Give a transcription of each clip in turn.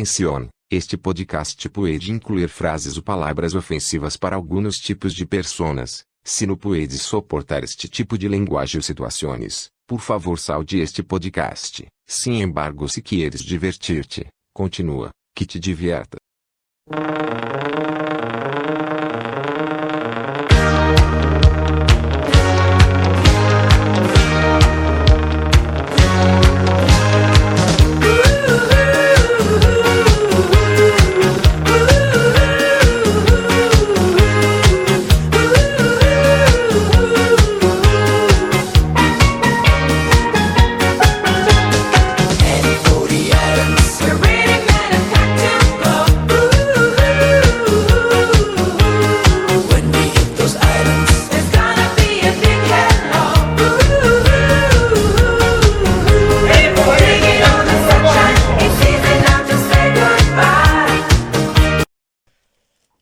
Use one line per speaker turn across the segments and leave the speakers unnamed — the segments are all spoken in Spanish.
Atenção! Este podcast pode incluir frases ou palavras ofensivas para alguns tipos de personas. Se não pode suportar este tipo de linguagem ou situações, por favor salte este podcast. Sin embargo, se quieres divertir-te, continua, que te divierta.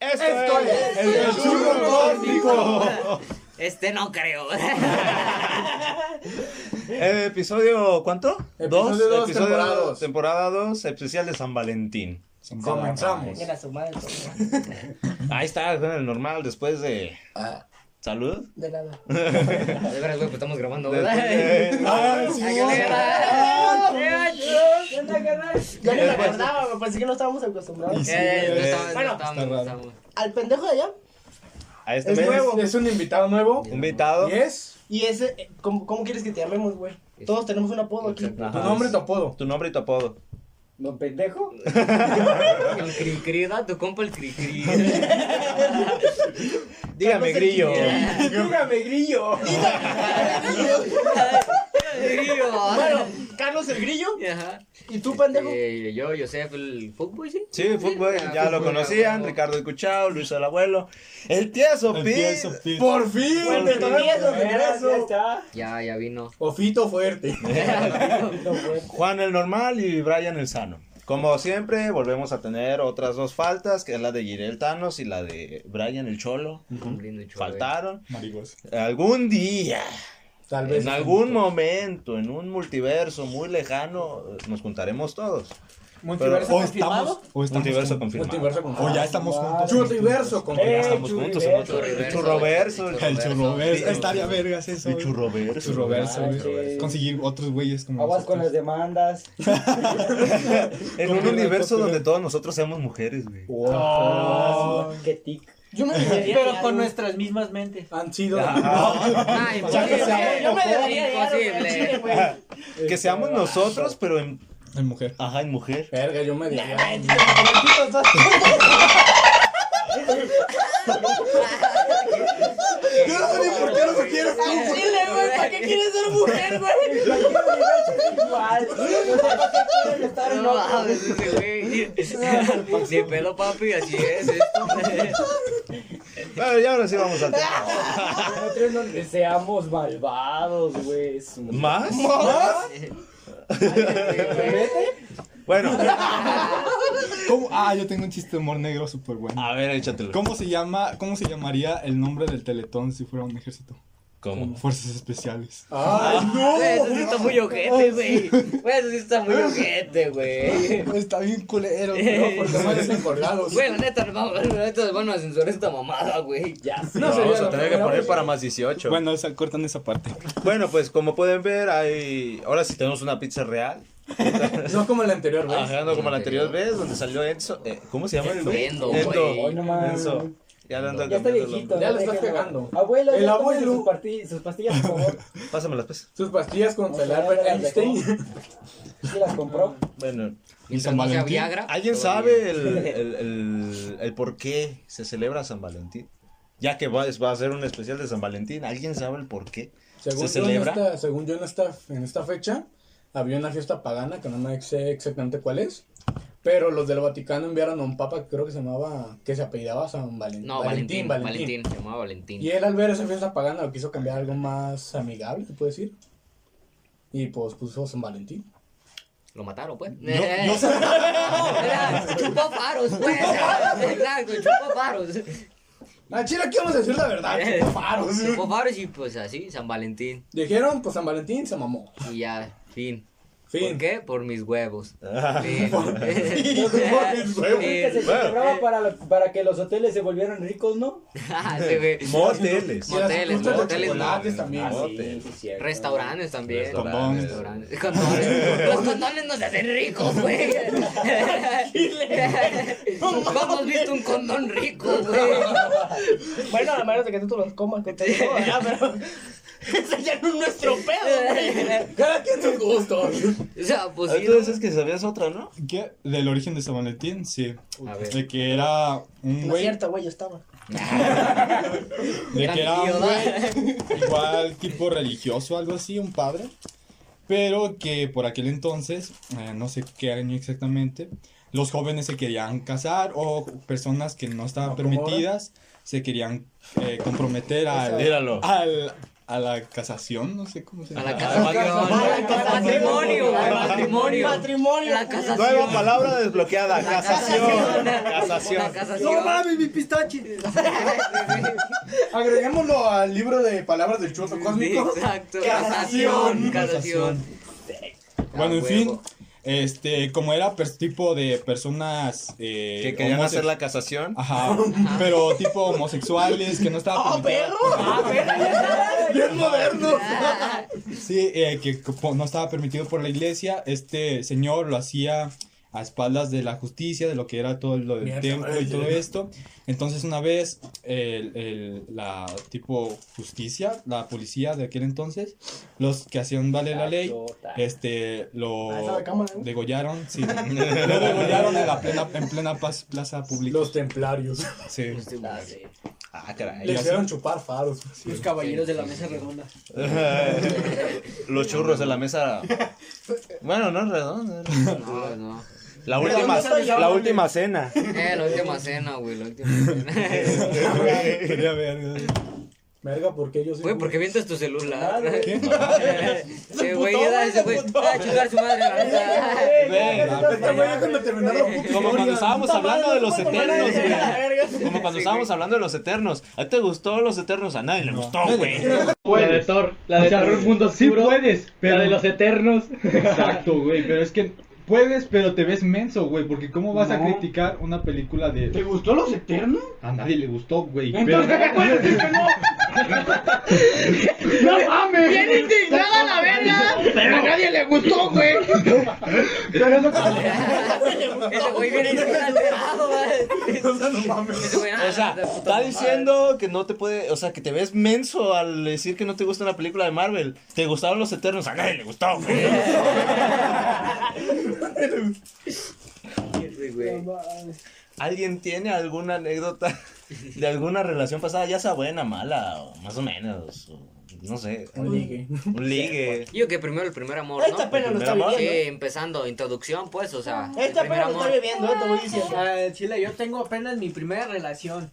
Esto,
Esto
es,
es
el,
el
churro
churro
cósmico.
Este no creo.
Eh, episodio, ¿cuánto?
Episodio dos, temporada dos.
temporada 2, especial de San Valentín. San
Comenzamos.
Era su madre.
Valentín. Ahí está, con el normal, después de...
Ah.
¿Salud?
De nada. De veras, güey, pues estamos grabando, ¿verdad?
Después de-
Ah, sí.
Ay, qué
Ah,
verdad. ¿Qué onda, carnal?
Yo ni me
Pues,
acordaba, güey, pensé que no estábamos acostumbrados.
Eh, no
eh,
estamos,
bueno,
no estamos,
está
no
raro.
estamos.
Al pendejo de allá.
A este
Es
mes,
nuevo. Es un invitado nuevo.
un invitado.
Y es
Y ese, eh, ¿cómo, cómo quieres que te llamemos, güey? Todos tenemos un apodo aquí.
Exacto.
tu
Ajá.
nombre y tu apodo.
Ah, Tu nombre y tu apodo.
¿No pendejo?
El cri-cri, da tu compa el cri-cri.
Dígame,
Carlos
grillo.
Enrique.
Dígame, grillo.
Bueno, Carlos el Grillo y tú, pendejo.
Eh, yo, Josef, el fútbol, ¿sí?
Sí, fútbol,
Ah,
ya lo
fútbol,
conocían.
bravo.
Ricardo el Cuchao, Luis el Abuelo. El tieso
El
Pi.
tieso Pi.
Por fin.
Bueno,
te
te tenías
tomas
los primeros, ya
regreso.
está.
Ya, ya vino.
Ofito fuerte. pues,
Juan el normal y Brian el sano. Como siempre, volvemos a tener otras dos faltas, que es la de Jirel Thanos y la de Brian el Cholo.
Cumpliendo el chorro,
Faltaron.
Marigos.
Algún día,
Tal vez.
en algún momento, en un multiverso muy lejano, nos juntaremos todos.
Multiverso
O
confirmado?
estamos. O estamos
Multiverso
con-
confirmado.
Multiverso con
O ya estamos juntos.
Churriverso con
Ya
Eh,
estamos
Churriverso.
juntos en otro.
Churriverso.
El churroverso. el
El churroverso. Estaría vergas eso.
El churroverso.
Churroverso,
Ah,
güey.
churroverso.
Conseguir otros güeyes como.
Aguas con las
nosotros.
demandas.
En un universo donde todos nosotros seamos mujeres, güey.
Oh.
Qué tic.
Yo me debería Pero con nuestras mismas mentes.
Han sido.
Ajá.
Ay, pues,
que sea
Yo me debería
Imposible.
llegar.
Que seamos nosotros, pero en,
En mujer.
ajá, en mujer.
Verga, yo me diría.
Yo no sé ni por qué no me quieres.
Dile, güey, ¿para qué quieres ser mujer, güey? Igual. No sé por qué quieren estar en
No,
otro.
mames, ese güey. Ni pelo, papi, así es esto.
Bueno, ya ahora sí vamos al tema.
Nosotros no seamos malvados, güey. su-
¿Más?
¿Vete?
Bueno,
¿Cómo? Ah, yo tengo un chiste de humor negro súper bueno.
a ver, échatelo.
¿Cómo se llama? ¿Cómo se llamaría el nombre del teletón si fuera un ejército?
¿Cómo?
Fuerzas especiales.
Ah,
Ay, no.
Güey, Eso sí está muy ojete, güey. Güey, Eso sí está muy ojete, güey.
Está bien culero, bro.
Porque no eres engordado.
Güey, la neta, nos vamos- la neta, van a censurar esta mamada, güey.
Ya sé.
No,
No sería
vamos a
la
tener que
primera
poner
vez.
para más 18. Bueno.
Bueno, esa, cortan esa parte.
pues como pueden ver, hay ahora sí tenemos una pizza real.
No como el anterior,
Ah,
¿ves?
Ajá, como la anterior vez, donde salió Enzo. eh, ¿Cómo se llama el güey?
Endo,
Endo.
güey.
Ay, no mames.
Enzo. Ya le ando
Ya está
cambiando el
viejito.
nombre.
Ya lo estás
Déjenlo.
pegando.
Abuelo,
El
ya
abuelo.
tómese Sus, parti- sus pastillas, por favor.
Pásame las pesas.
Sus pastillas contra el Eh,
Ojalá
Albert
las dejó.
Einstein.
Sí las compró.
Bueno,
Mientras
San
no sea
Valentín.
Viagra.
¿alguien
Ah, todo
sabe
bien.
el, el, el, el por qué se celebra San Valentín? Ya que va, va a ser un especial de San Valentín, ¿alguien sabe el por qué?
Según
¿Se
yo, en
celebra?
esta, según yo en esta, en esta fecha, había una fiesta pagana que no me sé exactamente cuál es. Pero los del Vaticano enviaron a un papa que creo que se llamaba, que se apellidaba San Valen-
No, Valentín, Valentín. Se llamaba
Y
Valentín.
él al ver esa fiesta pagana lo quiso cambiar a algo más amigable, se puede decir. Y pues puso San Valentín.
Lo mataron, pues.
No, no sé.
Era- Chupó faros, pues. Exacto, chupó faros.
Ah, chile, aquí vamos a decir la
Ah,
verdad, chupó faros.
Chupó faros y pues así, San Valentín.
Dijeron, pues San Valentín se mamó.
Y ya, fin.
Fin.
¿Por qué? Por mis huevos.
Ah.
Fin.
mis huevos.
Que se
Fin.
celebraba para, para que los hoteles se volvieran ricos, ¿no?
Ah, sí, güey.
Moteles.
Y las
Moteles,
frutas de
moteles,
chocolates
no.
también.
Ah, sí.
cierto.
Restaurantes también.
Restaurantes.
Restaurantes. Condones. Los condones nos hacen ricos, güey. ¿Cómo has visto un condón rico, güey?
Bueno, a menos de que tú te los comas, que te digo, ya, pero. Ese ya no es nuestro pedo, güey.
Cada quien sus gustos.
O sea, pues sí.
Tú
¿no?
dices que sabías otra, ¿no?
¿Qué? Del origen de San Valentín, sí.
A ver.
De que era un
No es
güey.
cierto, güey, yo estaba.
De
Era
que
mi
era
tío,
un
¿verdad?
güey, igual tipo religioso, algo así, un padre. Pero que por aquel entonces, eh, no sé qué año exactamente, los jóvenes se querían casar o personas que no estaban
No, como ahora.
permitidas se querían eh, comprometer al,
Míralo.
al- a la casación, no sé cómo se
A
llama.
la casación.
Mala casa-
Matrimonio, güey.
Mala-
Matrimonio.
Matrimonio.
La casación.
Nueva palabra desbloqueada.
La
Casación.
La
Casación.
casación.
mi pistache!
Agreguémoslo al libro de palabras del churro
Sí,
cósmico.
Exacto.
Casación.
Casación. Casación.
Bueno,
Ah,
en fin,
huevo.
este, como era pues, tipo de personas eh,
Que querían
homose-
hacer la casación.
Ajá, pero tipo homosexuales, que no estaba
¡Oh,
permitida-
perro! ¡Ah, perro!
Bien moderno.
Ah,
Sí, eh, que como no estaba permitido por la iglesia, este señor lo hacía a espaldas de la justicia, de lo que era todo lo del
Mierda,
templo y
oye.
todo esto. Entonces una vez el, el- la tipo justicia, la policía de aquel entonces, los que hacían valer la ley, este lo
Ah, esa de cámara, ¿no?
degollaron, sí, lo degollaron en la plena en plena paz- plaza pública.
Los templarios.
Sí.
sí, sí.
Ah, caray.
Le hicieron chupar faros.
Los caballeros de la mesa redonda.
Los churros de la mesa. Bueno, no es redondo. es redondo.
No, no.
La última, la última cena.
Eh, la última cena, güey. La última cena.
Quería ver.
Verga, ¿por qué yo soy?
Güey, ¿por qué vientas tu celular?
¿Qué?
Ese güey, ya ese güey. Ah, chingar su madre. la neta.
Este güey ya cuando terminaron la puta
Como cuando
historia.
estábamos hablando de los eternos, güey.
güey.
Como cuando estábamos hablando de los eternos. ¿A ti te gustó los eternos? A nadie le gustó, güey.
La de Thor, la de Thor, Mundo
Sí
Oscuro,
puedes, pero...
la de los Eternos.
Exacto, güey, pero es que puedes, pero te ves menso, güey, porque ¿cómo vas a
No.
criticar una película
¿Te
de...
gustó los Eternos?
A nadie le gustó, güey, pero...
Entonces, ¿qué puedes decir que no? ¡No mames!
¡Bien indignada la verga!
¡Pero a nadie le gustó, güey! Pero no
Ese güey viene bien alterado, güey. Ese güey, ah,
O sea,
de puta
está
madre.
diciendo que no te puede, o sea, que te ves menso al decir que no te gusta una película de Marvel. Te gustaron los Eternos, a nadie le gustó, güey.
Ese güey.
¿Alguien tiene alguna anécdota de alguna relación pasada, ya sea buena, mala, o más o menos, o no sé,
Un ligue.
un ligue?
Yo que primero el primer amor, ¿no?
Esta apenas lo está
Primer amor.
viviendo.
Sí, empezando, introducción, pues, o sea. el
Esta
primer
apenas lo está
amor.
viviendo, eh, te voy diciendo.
Al Ah, Chile, yo tengo apenas mi primera relación.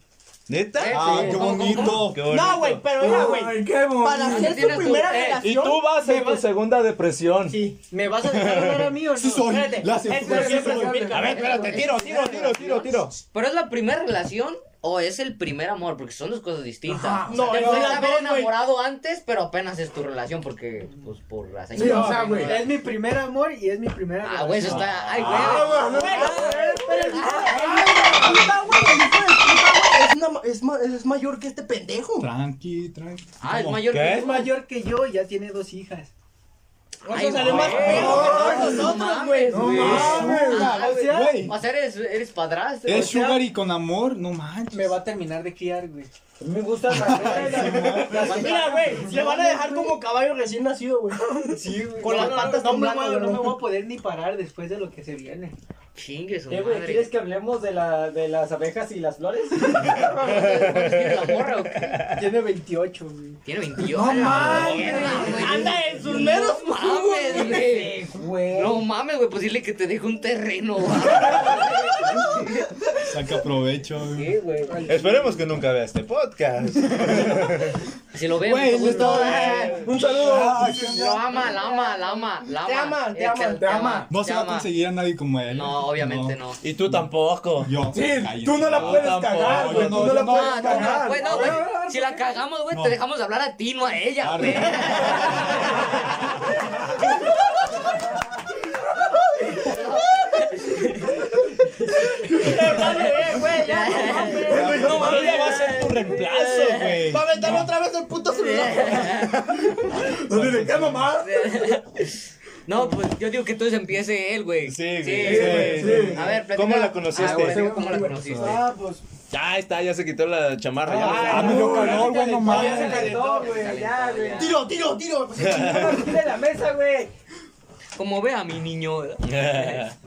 ¿Neta?
Eh,
Ah,
sí.
qué bonito.
Qué bonito.
No, güey, pero mira, güey.
Ay, qué
Para
bonito.
hacer
Tienes
tu
tu-
primera
eh,
Y
relación.
tú vas en tu
vas-
segunda depresión.
Sí.
¿Me vas a dejar hablar a mí o no?
son-
Espérate,
las
es por
enfermedades
siempre
son-
subir,
A ver,
cabrón.
espérate, tiro, tiro, tiro, tiro, tiro.
¿Pero es la primera relación o es el primer amor? Porque son dos cosas distintas. O sea,
No,
te
es
puedes
las
haber
dos, güey.
enamorado antes, pero apenas es tu relación porque, pues, por las
Sí, o sea, güey.
Es mi primer amor y es mi primera
Ah,
relación.
güey, eso está. Ay, güey.
Es, ma- es mayor que este pendejo.
Tranqui, tranqui.
Ah, es mayor
¿Qué?
¿Eh?
Es mayor que yo y ya tiene dos hijas.
O
Ay,
sea, sale más
güey.
pendejo que
No
todos nosotros,
mames,
güey.
No mames.
Ah, o sea,
Güey,
O sea, eres, eres padrastro.
es
o sea,
sugar y con amor, no manches.
me va a terminar de criar, güey.
Me gustan las reglas. Las- Mira, güey, le van a dejar como caballo recién nacido, güey.
Sí, güey.
Con las patas
no,
tan
me
blancas,
voy a- no
güey.
me voy a poder ni parar después de lo que se viene.
Chingue su
Eh, güey,
madre.
¿quieres que hablemos de, la, de las abejas y las flores?
¿Tiene la morra o qué?
Tiene 28, güey.
Tiene 28. No
Anda en sus meros
mames, güey.
Güey.
No mames, güey, pues dile que te deje un terreno. güey.
Saca provecho.
Sí, güey.
Esperemos que nunca vea este podcast.
Si lo ven,
Güey,
mucho
le
gusto.
está-
Un saludo.
Lo ama, la ama, la ama, la ama.
Te ama, te
Eh,
ama, te ama.
No se va a
ama.
conseguir a nadie como él. ¿eh?
No, obviamente no.
Y tú tampoco.
Yo.
Sí,
Cállate.
tú no la puedes
tampoco,
cagar, güey.
no,
Tú no la
no,
puedes
Ah, tú
cagar.
no, güey, no, güey.
Ah,
Si la cagamos, güey,
No.
te dejamos hablar a ti, no a ella, güey.
Arre.
güey, ya, no mames.
Güey, no mames,
Ella
va a ser tu
reemplazo,
güey.
Va a aventar otra vez el puto celular.
¿Dónde le queda mamá?
No, pues yo digo que entonces empiece él, güey.
Sí, güey,
sí, sí.
A ver, platica.
¿Cómo la conociste?
Ah, güey, platica ¿Cómo la conociste?
Ah, pues.
Ya está, ya se quitó la chamarra. ya la-
Ah, me dio calor, güey, no
Ya se
mames.
calentó, güey. Ya, güey.
Tiro, tiro, tiro. Pues,
No me quité la mesa, güey.
Como ve a mi niño. Eh,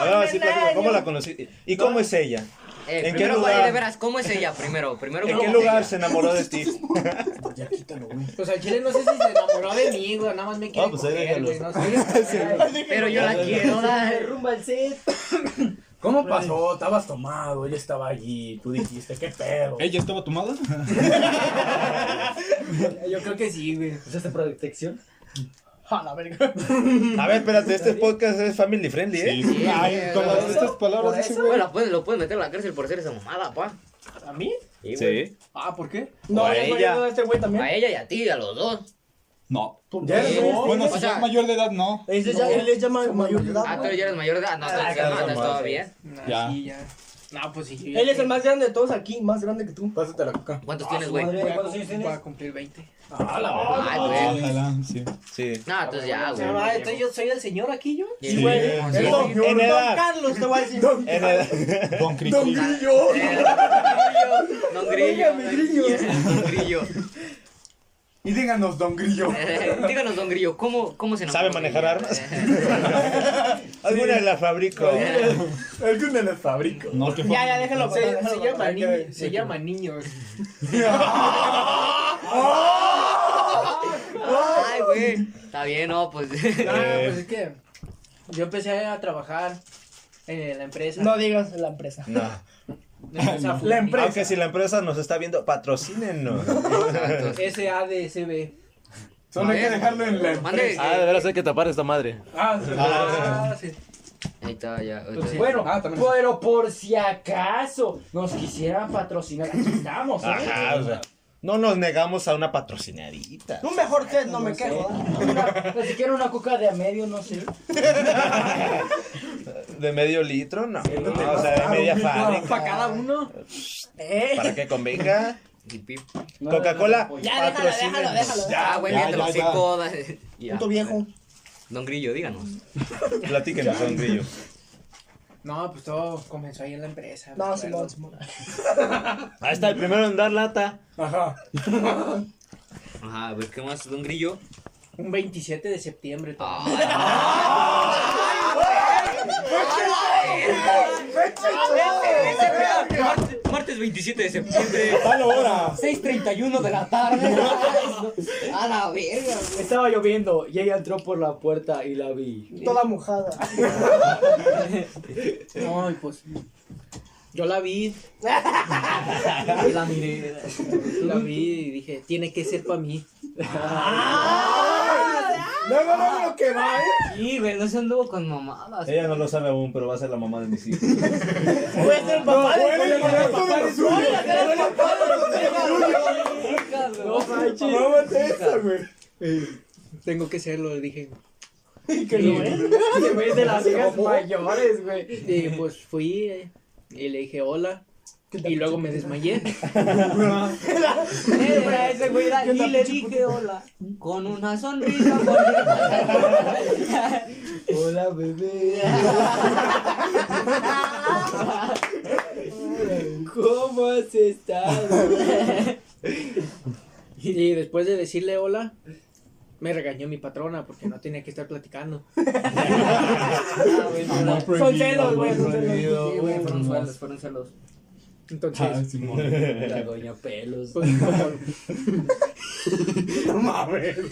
A ver, sí,
Ay,
platica,
Melanio.
¿Cómo la conociste? ¿Y cómo es ella?
Eh,
¿En qué
primero, güey,
lugar?
de veras, ¿cómo es ella primero? Primero,
¿En
¿cómo
qué
es
lugar
ella?
se enamoró de ti?
Ya quítalo, güey.
Pues al chile no sé si se enamoró de mí, güey. Nada más me quiere
Ah, pues ahí
coger,
déjalo.
güey. No sé.
Pero yo la quiero dar.
Derrumba el set.
¿Cómo pasó? Estabas tomado, ella estaba allí, tú dijiste, qué pedo.
¿Ella estaba tomada?
Yo creo que sí, güey.
pues, este
¿Usaste protección?
A la verga.
A ver, espérate, este podcast es family friendly, ¿eh?
Sí. Ay, con las- estas palabras
¿Por
de ese
eso?
güey.
Güey, la puedes- lo puedes meter a la cárcel por hacer esa mamada, pa.
¿A mí?
Sí, güey.
Ah, ¿por qué?
No,
O a
ya
ella.
ella. a este güey también.
A ella y a ti, a los dos.
No.
Ya eres
Sí.
mayor.
Bueno,
O
si
sea-
es mayor de edad, no.
Él es ya- él es ya ma- mayor de edad.
Ah, tú
güey.
ya eres mayor de edad. No,
Ah,
estás
claro,
no, estás
mamá,
todavía.
Nah,
Ya.
Sí, ya. No, pues sí. yo ya
Él es
sé.
el más grande de todos aquí, más grande que tú.
Pásate la coca.
¿Cuántos tienes,
Ah,
güey?
madre.
Voy a,
¿Cuántos
cum-
años tienes?
voy a cumplir 20.
Ah, la
Ay, güey.
Ojalá, sí.
Sí.
No, entonces ya, güey.
Ah, entonces yo soy el señor aquí, yo.
Sí,
güey.
no,
Es
sí.
don Fior,
En
don-
edad.
Carlos, te voy a decir.
En edad.
Don Cri
Don
Cri.
Grillo.
Don Grillo.
Oiga, mi grillo.
Don Grillo.
Y díganos, don Grillo.
Díganos, don Grillo, ¿cómo, cómo se enamoró?
¿Sabe manejar
ella?
armas? Alguna la fabrico.
El que me las fabrico.
No, que fue.
Ya, ya, déjalo.
Se,
déjalo,
se
déjalo,
llama
hay que
niño,
ver.
se llama
Eh.
niños.
Ay, güey. Está bien, no, pues.
No, pues es que yo empecé a trabajar en la empresa.
No digas la empresa.
No.
la empresa.
La empresa.
Aunque si la empresa nos está viendo, patrocínenos.
Exacto.
SADCB.
Solo hay que dejarlo en la
Mande.
empresa.
Ahí
Ah, veras hay que tapar esta madre.
Ah, sí.
Ah, sí.
está, ya.
Entonces,
Bueno,
Ah, también.
pero por si acaso nos quisieran patrocinar, aquí estamos, ¿eh?
Ajá, o sea. No nos negamos a una patrocinadita.
Un mejor test, no me
sé.
quejo.
Una- Ni siquiera una coca de a medio, no sé.
¿De medio litro? No. No, o sea, de media fábrica.
Para cada uno.
¿Eh?
Para que convenga.
Y pip.
Coca-Cola,
Ya, déjalo, déjalo, déjalo.
patrocínenos.
Ah, güey,
ya,
ya te lo
ya,
sé
ya.
coda. Ya.
Puto viejo.
Don Grillo, díganos.
Platíquenos, don Grillo.
No, pues todo comenzó ahí en la empresa. pues, me
No,
acuerdo.
Simón, Simón.
Ahí está el primero en dar lata.
Ajá.
Ajá, a ver, ¿qué más, Don Grillo?
Un 27 de septiembre. todo.
Ah, Mart- Martes 27 de septiembre.
Tal hora.
6.31 de la tarde. a la verga, güey. Estaba lloviendo y ella entró por la puerta y la vi.
Toda mojada.
No, y pues yo la vi,
La miré.
la vi y dije, tiene que ser para mí.
Luego, luego lo que va, ¿eh?
Sí, güey, no se anduvo con mamadas.
Ella no lo sabe aún, pero va a ser la mamá de mis hijos.
Puede ser el papá
Fue el boleto de los suyos.
No manches.
No mate esa, güey.
Tengo que serlo, dije.
que lo es.
Te
de las hijas
mayores, güey. Y pues fui eh, y le dije hola. Y luego me desmayé.
Era ese güey era- y le dije hola. Con una sonrisa. porque-
Hola, bebé.
¿Cómo has estado? y después de decirle hola, me regañó mi patrona porque no tenía que estar platicando.
Amor
Son
prohibido,
celos, güey.
amor
Son celos.
prohibido.
Sí, güey, fueron celos, fueron celos.
Ah,
Entonces,
Simón.
La doña pelos.
pues, como-
No mames.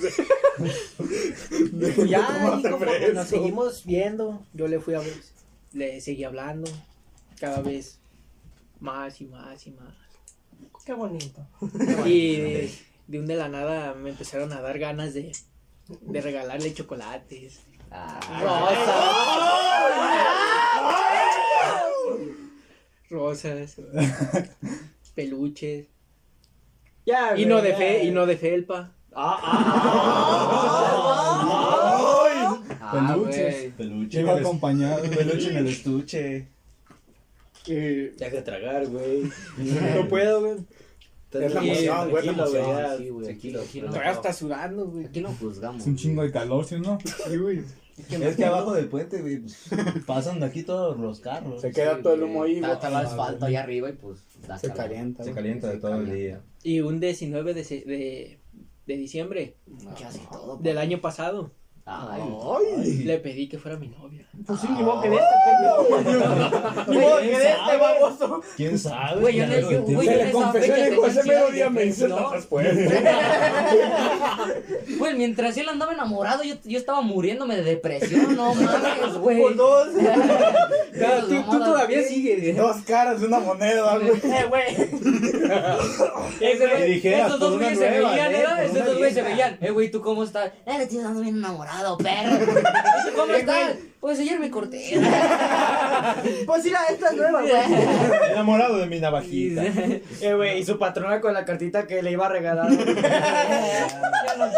Pues ya,
Tómate
y como
fresco.
nos seguimos viendo, yo le fui a ver, le seguí hablando, cada vez más y más y más.
Qué bonito.
Y de, de un de la nada me empezaron a dar ganas de, de regalarle chocolates, rosas, rosas, peluches,
Ya,
y no de fe, y no de felpa.
Ah, güey.
Peluche.
ah.
Lleva acompañado.
Peluche en el estuche.
Eh,
Deja de tragar, güey.
no puedo, güey.
Es la emoción, güey, es la emoción.
Sí, güey.
Tranquilo, tranquilo.
Todavía está sudando, güey.
Aquí no juzgamos.
Es un chingo de calor, ¿sí o no?
Sí, güey.
Es que abajo del puente, güey, pasan de aquí todos los carros.
Se queda todo el humo ahí,
Está,
güey.
está el asfalto ahí arriba y pues da
Se
calor.
calienta.
Se
güey.
calienta de todo el día.
Y un 19 de, se- de, de diciembre
Casi todo.
del año pasado.
Ay,
Le pedí que fuera mi novia.
Pues sí, ni modo que de este, pendejo. Ni modo que de este, baboso.
¿Quién sabe?
Güey, yo
Ya
no- yo-
entiendo.
güey,
Se
yo en
le
esa
confesó
fecha
el hijo,
tenía
ese mero día me hizo
ansiedad de
la
que-
respuesta.
no. Güey, mientras él andaba enamorado, yo, yo estaba muriéndome de depresión, no mames, güey.
Por dos.
No, Ah, tú, tú todavía ¿eh? sigues.
Dos caras de una moneda, güey.
Eh, güey.
Ese güey-
Y dijeras,
Esos dos
por una
güeyes se
nueva,
veían,
¿eh?
¿eh?
Por
Esos
una
dos güeyes se
vieja.
veían. Eh, güey, ¿tú cómo estás? Eh, le estoy dando bien enamorado, perro. Dice, ¿Cómo estás? Pues ayer me corté.
Pues sí, la esta es nueva, güey.
Enamorado de mi navajita.
Eh, güey, y su patrona con la cartita que le iba a regalar.
Yo no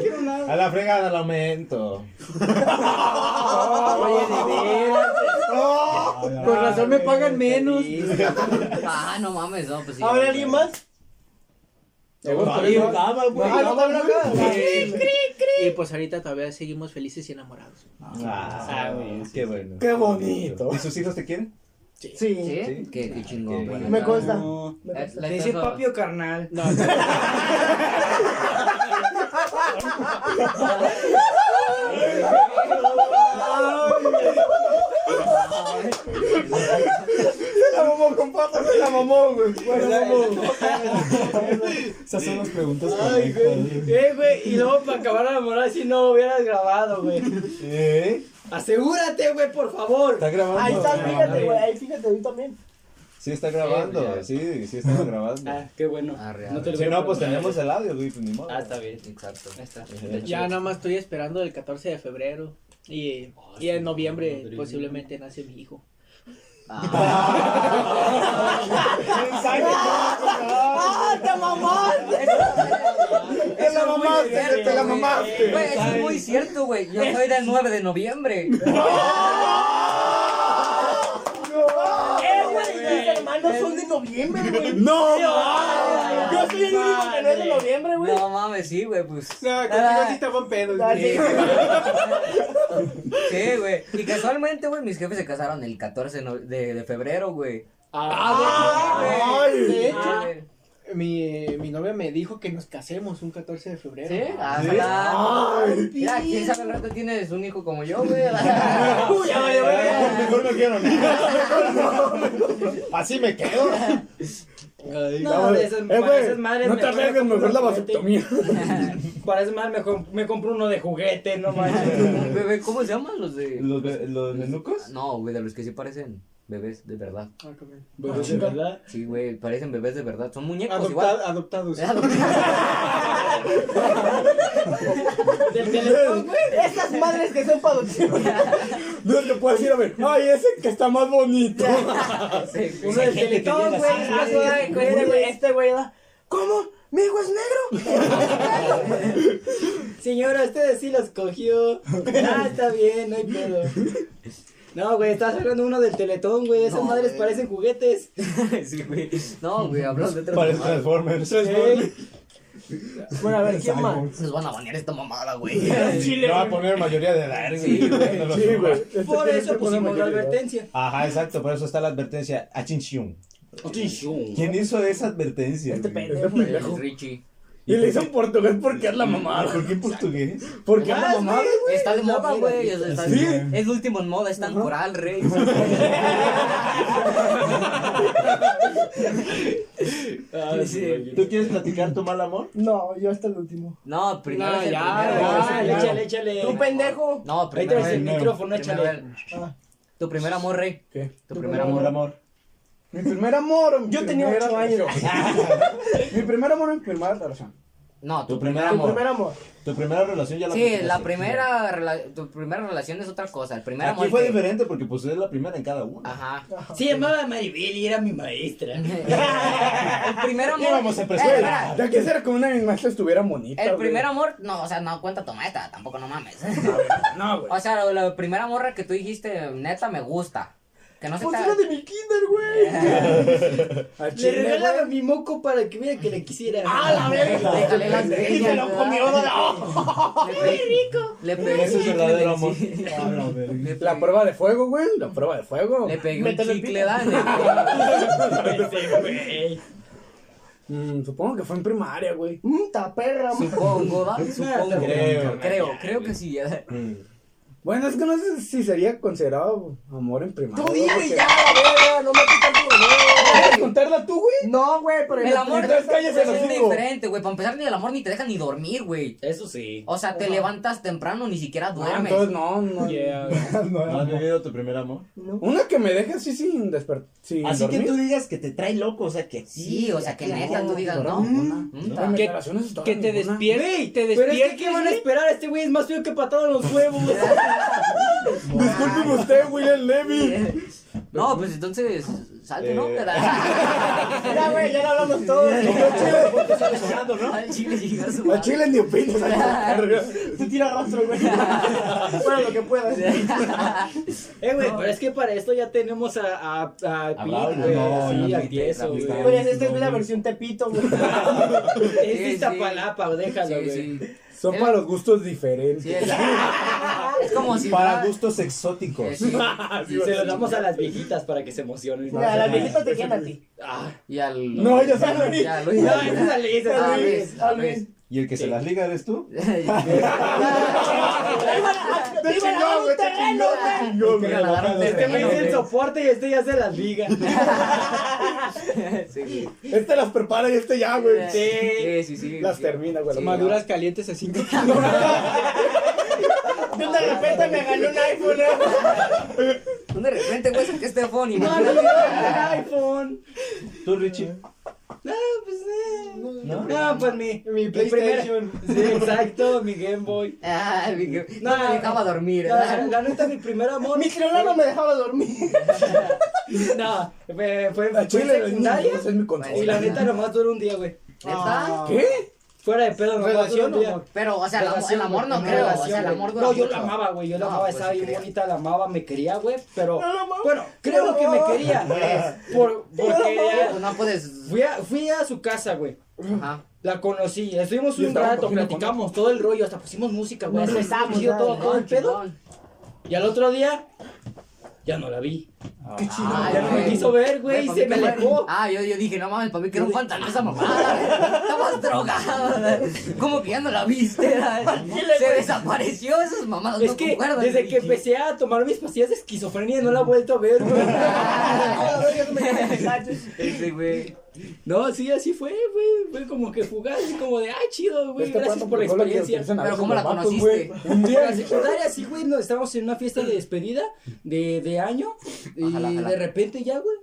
quiero nada.
A la fregada la aumento.
Con razón me pagan menos.
Ah, no mames, no, pues sí.
¿Habrá alguien más? Ah, no, también acá.
Y pues ahorita todavía seguimos felices y enamorados.
Ah, güey, qué bueno.
Qué bonito.
¿Y sus hijos te quieren?
Sí.
¿Sí? Qué, qué chingón.
Sí.
güey.
Me consta.
La- la-
Le dice papi o carnal.
No,
La mamó, compadre, se la mamó, güey.
Esas son las preguntas
Ay, güey. Eh, güey. Y luego para acabar la morada, si no hubieras grabado, güey.
¿Eh?
Asegúrate, güey, por favor.
¿Está grabando?
Ahí está,
Ah,
fíjate, güey. Ahí fíjate, tú también.
Sí está grabando,
ya.
sí, sí está grabando.
Ah, qué bueno.
Arre,
No
arre.
te lo
Si
voy
no,
a
pues
preguntar.
tenemos el audio, güey, pues ni modo.
Ah, está bien.
Exacto.
Ahí está.
ya nada más estoy esperando el 14 de febrero. Y,
Ah,
y en noviembre posiblemente nace mi hijo.
¡Ah, te mamaste!
Te la mamaste, te la mamaste.
Güey, eso es muy cierto, güey. Yo soy del 9 de noviembre.
¡Eh, güey! Mis hermanos son de noviembre, güey.
No,
Sí, ay, Yo soy el único que no es de noviembre, güey. Ah,
No mames, sí, güey, pues.
No, contigo sí te van pedos, güey.
Sí, güey. Y casualmente, güey, mis jefes se casaron el 14 de, no- de- de febrero, güey.
Ah,
Ay.
güey. De hecho,
Ah,
mi, mi novia me dijo que nos casemos un 14 de febrero. Ah.
¿Sí? Ah, Ajá. Ya, quién sabe al rato tienes un hijo como yo, güey.
Uy, ya valió,
Ah,
güey.
Mejor no quiero nada. Así me quedo.
No, de esas,
Eh,
para
güey,
esas madres
no
me
te
voy a
arriesgues,
comprar
mejor la
un juguete.
vasectomía.
Para esas madres me, com- me compro uno de juguete, no manches.
Bebé, ¿cómo se llaman los de.? Ah,
¿Los, be- los nenucos?
No, güey, de los que sí parecen bebés de verdad.
Bebés de verdad.
Sí, güey, parecen bebés de verdad. Son muñecos igual.
Adopta- adoptados. Del teléfono.
Estas madres que son para adopción.
No te puedes ir a ver. Ay, ese que está más bonito.
Uno del teletón, güey. Ah, güey,
Este
güey,
güey,
güey.
este güey, da, ¿cómo? ¿Mi hijo es negro?
Señora, usted sí los cogió. Ah, está bien, no hay pedo. No, güey, estás hablando uno del teletón, güey. Esas
No,
madres
eh.
güey.
parecen juguetes.
sí, güey. No, güey, hablamos de
Parece
otras mamadas.
Transformers.
Eh. Bueno, a ver, ¿quién más?
Nos van a banear esta mamada, güey.
Chile. No va a poner mayoría de edad, güey. No lo
Sí,
suba.
güey. Este
Por
tiene
eso
que poner
pusimos
mayoría.
la advertencia.
Ajá, exacto, por eso está la advertencia. Achinchium. ¿Quién hizo esa advertencia?
Este
güey?
pendejo.
El Richie.
Y le hizo en portugués porque es la mamada.
¿Por qué en portugués?
Porque es
Ah,
la mamada.
Está de moda, güey. Es, está-
Sí.
es lo último en moda, está en coral, rey.
¿Tú quieres platicar tu mal amor?
No, yo hasta el último.
No, primero
No,
es el
ya,
primero, güey, es el
ya,
primero.
ah, échale, échale.
¡Tú, pendejo!
No,
Ahí
primero
traes el
es-
micrófono,
primero
échale.
es- Tu primer amor, rey.
¿Qué?
Tu primer amor.
amor.
Mi primer amor. mi
Yo tenía
primer-
ocho años.
Mi primer amor, mi primera relación.
No, tu
Tu
primer
primer
Tu
amor.
primer amor.
Tu primera relación ya la
Sí,
platicaste.
la primera, rela- tu primera relación es otra cosa. El primer
Aquí
amor.
fue
que-
diferente porque pues es la primera en cada uno.
Ajá.
Se llamaba Maribel y era mi maestra.
El primer amor.
Íbamos en
Eh,
preescolar.
espera,
Ya quisiera que una de mis maestras estuviera bonita.
El
güey.
primer amor, no, o sea, no cuenta tu maestra, tampoco no mames.
No, güey.
o sea, la primera morra que tú dijiste, neta, me gusta. Que no se
Pues
te-
era de mi kinder, güey. le regalaba mi moco para que viera que le quisiera.
¡Ah, la verga!
Le jalé las
Y
greñas,
se lo
¿verdad?
comió,
¡Muy rico!
Le
pegué
Ese es
chicle,
verdadero
le
amor.
exi-
Ah, la verga. La prueba de fuego, güey. La prueba de fuego.
Le pegué un
Métele el
chicle,
pito.
dale.
Mm, supongo que fue en primaria, güey.
Mm.
Puta perra,
Supongo, ¿va?
Nah,
Supongo.
creo.
creo, creo que sí. ya.
Bueno, es que no sé si sería considerado amor en primaria.
Tú dime
porque-
ya, la verga, no me quitas tu
¿Quieres contarla tú, güey?
No, güey, pero
El amor
Entonces cállese el
es
hocico.
diferente, güey. Para empezar, ni el amor ni te deja ni dormir, güey.
Eso sí.
O sea, te levantas temprano, ni siquiera
Ah,
duermes.
entonces no, no. no,
¿No
no.
has vivido tu primer amor?
Una que me deja así sin despertar.
Así que tú digas que te trae loco, o sea que aquí.
Sí, o sea, que
aquí,
neta, tú digas, no, Mm,
no,
no.
no.
Que, que te despiertes. Te Pero es que, ¿qué van a esperar? Este güey es más feo que patada en los huevos.
Pues,
Discúlpeme usted, William Levy.
No, pues entonces, salte, ¿no?
Eh.
Ya,
güey, ya lo hablamos todos.
Al chile, chingar su
A
madre.
Chile ni opinas. a la verga.
Tú tira rostro, güey. Bueno, lo que puedas.
Eh, güey, pero es que para esto ya tenemos a. A, a,
Ah,
Pete,
no,
güey,
no,
sí,
no,
al
no,
tieso, güey.
Güey, esta es la versión Tepito, güey.
Es de Iztapalapa, déjalo, güey.
Son para los gustos diferentes.
Es como si
Para
fuera- Eh,
gustos exóticos.
Sí, sí.
Sí, se los damos a las viejitas para que se emocionen.
Mira, las viejitas te quieren a ti.
Ah,
Y al.
No, ya está
Luis.
Luis.
Ya, Luis.
No, esa es a Luis, esa es a
Ah,
Luis.
Luis, ah, Luis.
¿Y el que se las liga eres tú?
Te iban a dar un terreno, güey.
Te regalaron un Este me dice el soporte y este ya se las liga.
Este las prepara y este ya, güey.
Sí.
sí, sí.
Las termina, güey.
Maduras calientes a 5
Yo de repente me gané un iPhone,
De repente, güey, saqué este phone y
No, no, no, iPhone.
Tú, Richie.
No, pues eh.
No.
No, pues mi, mi
PlayStation.
primera- Sí, exacto, mi Game Boy.
Ah, mi Game- no me dejaba dormir,
No,
¿verdad?
la, neta, mi primer amor.
Mi celular no me dejaba dormir.
No, fue, fue, fue
Chile, es mi-
secundaria.
esa es mi consola.
Y
Pues,
la neta nomás duró un día, güey.
¿Neta?
¿Qué?
Fuera de pedo, nomás duró
Relación,
un día.
amor. Pero, o sea, el amor- el amor no
güey.
creo, o sea,
Relación,
el
güey.
amor dura
No, yo
mucho.
la amaba, güey. Yo la
No,
amaba,
pues,
estaba
sí
bien
creo.
bonita, la amaba, me quería, güey. Pero,
No la amaba.
bueno, creo
No la
que me
amaba.
quería.
Pues,
Por,
no la
porque
amaba.
No puedes.
fui a, fui a su casa, güey.
Ajá.
La conocí, estuvimos
Y
un
estaba
rato,
cogiendo
platicamos todo el rollo, hasta pusimos música, güey.
Nos
así,
besamos,
chido, todo,
dale,
todo el pedo.
chingón.
Y al otro día, ya no la vi.
Qué chido.
Ay,
ya no me
güey.
quiso ver, güey, y
pa'
se
mí
me
que fue-
alejó.
Ah, yo, yo dije, no mames, para mí que era un fantasma esa mamada. Estabas drogada. ¿Cómo que ya no la viste? Se desapareció esas mamadas.
Es
Ah, no
que
concuerdan.
desde que empecé a tomar mis pastillas de esquizofrenia no la he vuelto a ver, güey.
Ese Este, güey.
No, sí, así fue, güey. Fue como que fugaz, así como de, ay, chido, güey.
Este
Gracias
cuarto
por la
protocolo que
experiencia.
utilizan a
Pero
veces
¿cómo
los
la
vatos,
conociste?
güey. Un
En la
día.
secundaria, sí, güey, no, estábamos en una fiesta de despedida de, de año y
Ojalá, ojalá.
de repente ya, güey,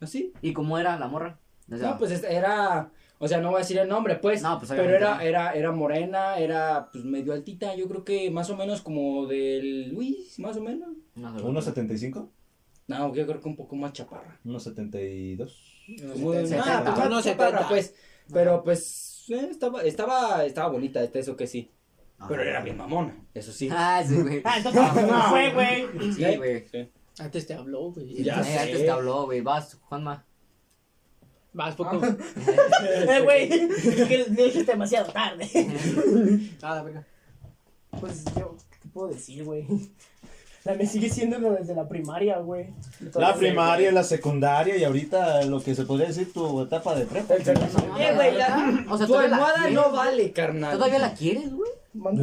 así.
¿Y cómo era la morra? O sea,
No, pues esta- era, o sea, no voy a decir el nombre, pues,
No, pues,
pero
obviamente
era,
no.
era, era morena, era, pues, medio altita, yo creo que más o menos como del Luis, más o menos.
no sé.
¿1.75?
No, yo creo que un poco más chaparra.
¿1.72?
Muy-
setenta,
ah, pues,
setenta.
más chaparra, pues, pero, pues, eh, estaba, estaba, estaba bonita, este, eso que sí, pero era bien mamona, eso sí.
Ah, sí, güey.
Ah, entonces no fue, güey.
Sí, güey.
Sí.
Antes te habló, güey.
Ya
Eh,
sé.
Antes te habló, güey. Vas, Juanma.
Vas poco.
Ah.
Eh, güey, que le dije demasiado tarde. Ah,
Nada, verga.
Pues yo, ¿qué puedo decir, güey? La me sigue siendo lo desde la primaria, güey.
La
Entonces,
primaria, la secundaria y ahorita lo que se podría decir tu etapa de prepa.
Eh, güey, la-
O sea,
tu
todavía la
almohada
quieres.
no vale, carnal.
¿Todavía la quieres, güey?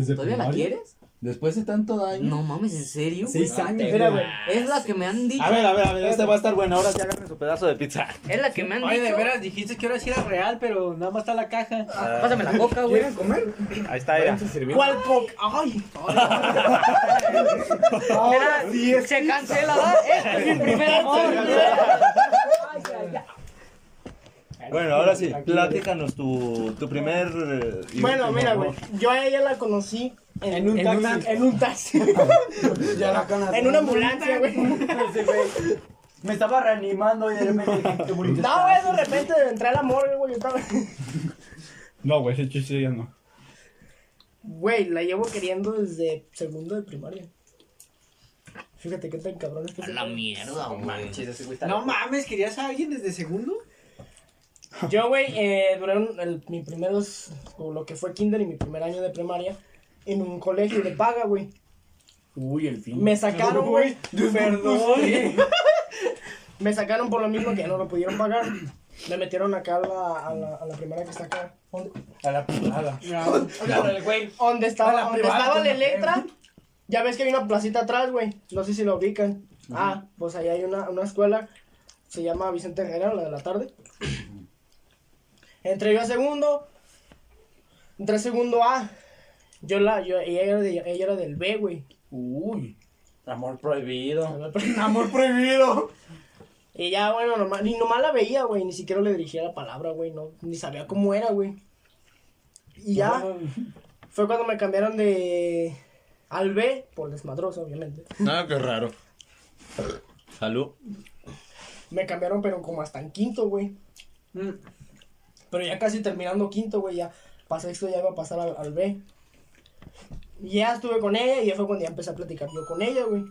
¿Todavía la quieres?
Después de tanto daño.
No mames, ¿en serio? güey?
Seis años.
Mira, güey.
Es la que me han dicho.
A ver, a ver, a ver, este va a estar bueno. Ahora sí agarren su pedazo de pizza.
Es la que me han
Oye, de
dicho.
veras dijiste que ahora sí era real, pero nada más está la caja.
Pásame la coca, güey.
¿Quieren comer?
Ahí está, era.
¿Cuál poc? Ay,
Mira, se cancela, ¿va?
eh.
Este es mi primer amor.
Bueno, ahora sí, platícanos tu, tu primer. eh, y
Bueno,
último
mira,
amor.
güey. Yo a ella la conocí en,
En un
en
taxi.
una- en un taxi.
Ya la cana-
en una ambulancia, güey.
Me estaba reanimando y de repente dije, qué bonito.
No, güey, de repente entré al amor, güey. Yo estaba.
No, güey, ese chiste ya no.
Güey, la llevo queriendo desde segundo de primaria.
Fíjate qué tan cabrón es que se-
La mierda,
No
güey.
manches, ese güey está
No
loco.
mames, ¿querías a alguien desde segundo?
Yo, güey, eh, duré un- el- mi primeros, o lo que fue kinder y mi primer año de primaria, en un colegio de paga, güey.
Uy, el fin.
Me sacaron, güey. Perdón.
usted.
Me sacaron por lo mismo que no lo pudieron pagar. Me metieron acá a la, a la, a la primera que está acá. ¿Dónde?
A la privada.
Güey, ¿Dónde
A la
estaba, ¿dónde
privada,
estaba la
no
letra? Ya ves que hay una placita atrás, güey. No sé si lo ubican. Ah, pues ahí hay una, una escuela. Se llama Vicente Guerrero, la de la tarde. Entré yo a segundo. Entré a segundo A. Yo la, yo, ella, era de- ella era del B, güey.
Uy. Amor prohibido.
Amor prohibido. Y ya, bueno, nomás, ni nomás la veía, güey. Ni siquiera le dirigía la palabra, güey. No, ni sabía cómo era, güey. Y ya fue cuando me cambiaron de. Al B, por desmadroso, obviamente.
Nada, qué raro. Salud.
Me cambiaron, pero como hasta en quinto, güey. Pero ya casi terminando quinto, güey. Ya pasé esto, ya iba a pasar al, al B. Y ya estuve con ella y ya fue cuando ya empecé a platicar yo con ella, güey.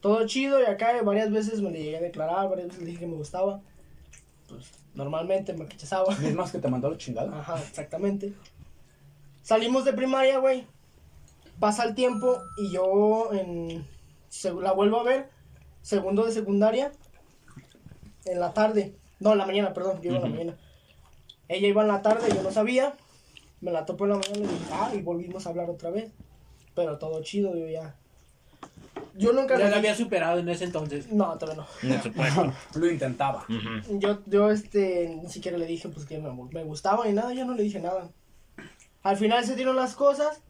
Todo chido y acá eh, varias veces me le llegué a declarar, varias veces le dije que me gustaba. Normalmente me rechazaba.
Es más que te mandó la chingada.
Ajá, exactamente. Salimos de primaria, güey. Pasa el tiempo y yo en, se- la vuelvo a ver. Segundo de secundaria. En la tarde. No, en la mañana, perdón. Yo iba en la mañana. Ella iba en la tarde, yo no sabía. Me la topo en la mañana y dije, ah, y volvimos a hablar otra vez. Pero todo chido, yo ya. Yo nunca
Ya
le-
lo había superado en ese entonces.
No, todavía no.
Lo intentaba.
Yo, yo, este, ni siquiera le dije, pues, que me, me gustaba ni nada, yo no le dije nada. Al final se dieron las cosas,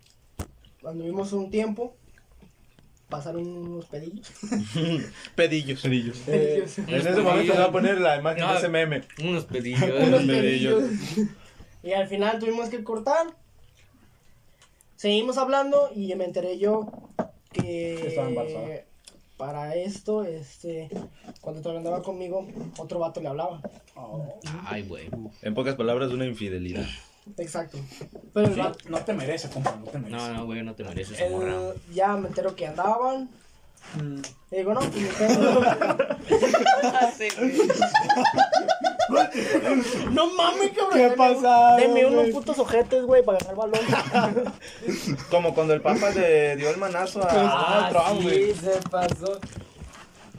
anduvimos un tiempo, pasaron unos pedillos.
Pedillos. Pedillos.
Pedillos.
En ese momento se va a poner la imagen de ese meme.
Unos pedillos.
Unos pedillos.
Y al final tuvimos que cortar. Seguimos hablando y me enteré yo que...
Estaba embarazada.
Para esto, este, cuando todavía andaba conmigo, otro vato le hablaba.
Ay, güey. En pocas palabras, una infidelidad.
Exacto. Pero el
Sí,
vato-
No te merece, compa, no te merece.
No, no, güey, no te mereces,
El-
morra.
ya me entero que andaban. Y digo, no, pues me quedo. no mames, cabrón. ¿Qué pasa? Deme unos putos ojetes, güey, para ganar balón.
Como cuando el Papa le dio el manazo a
Ah,
Donald Trump, güey.
sí, se pasó.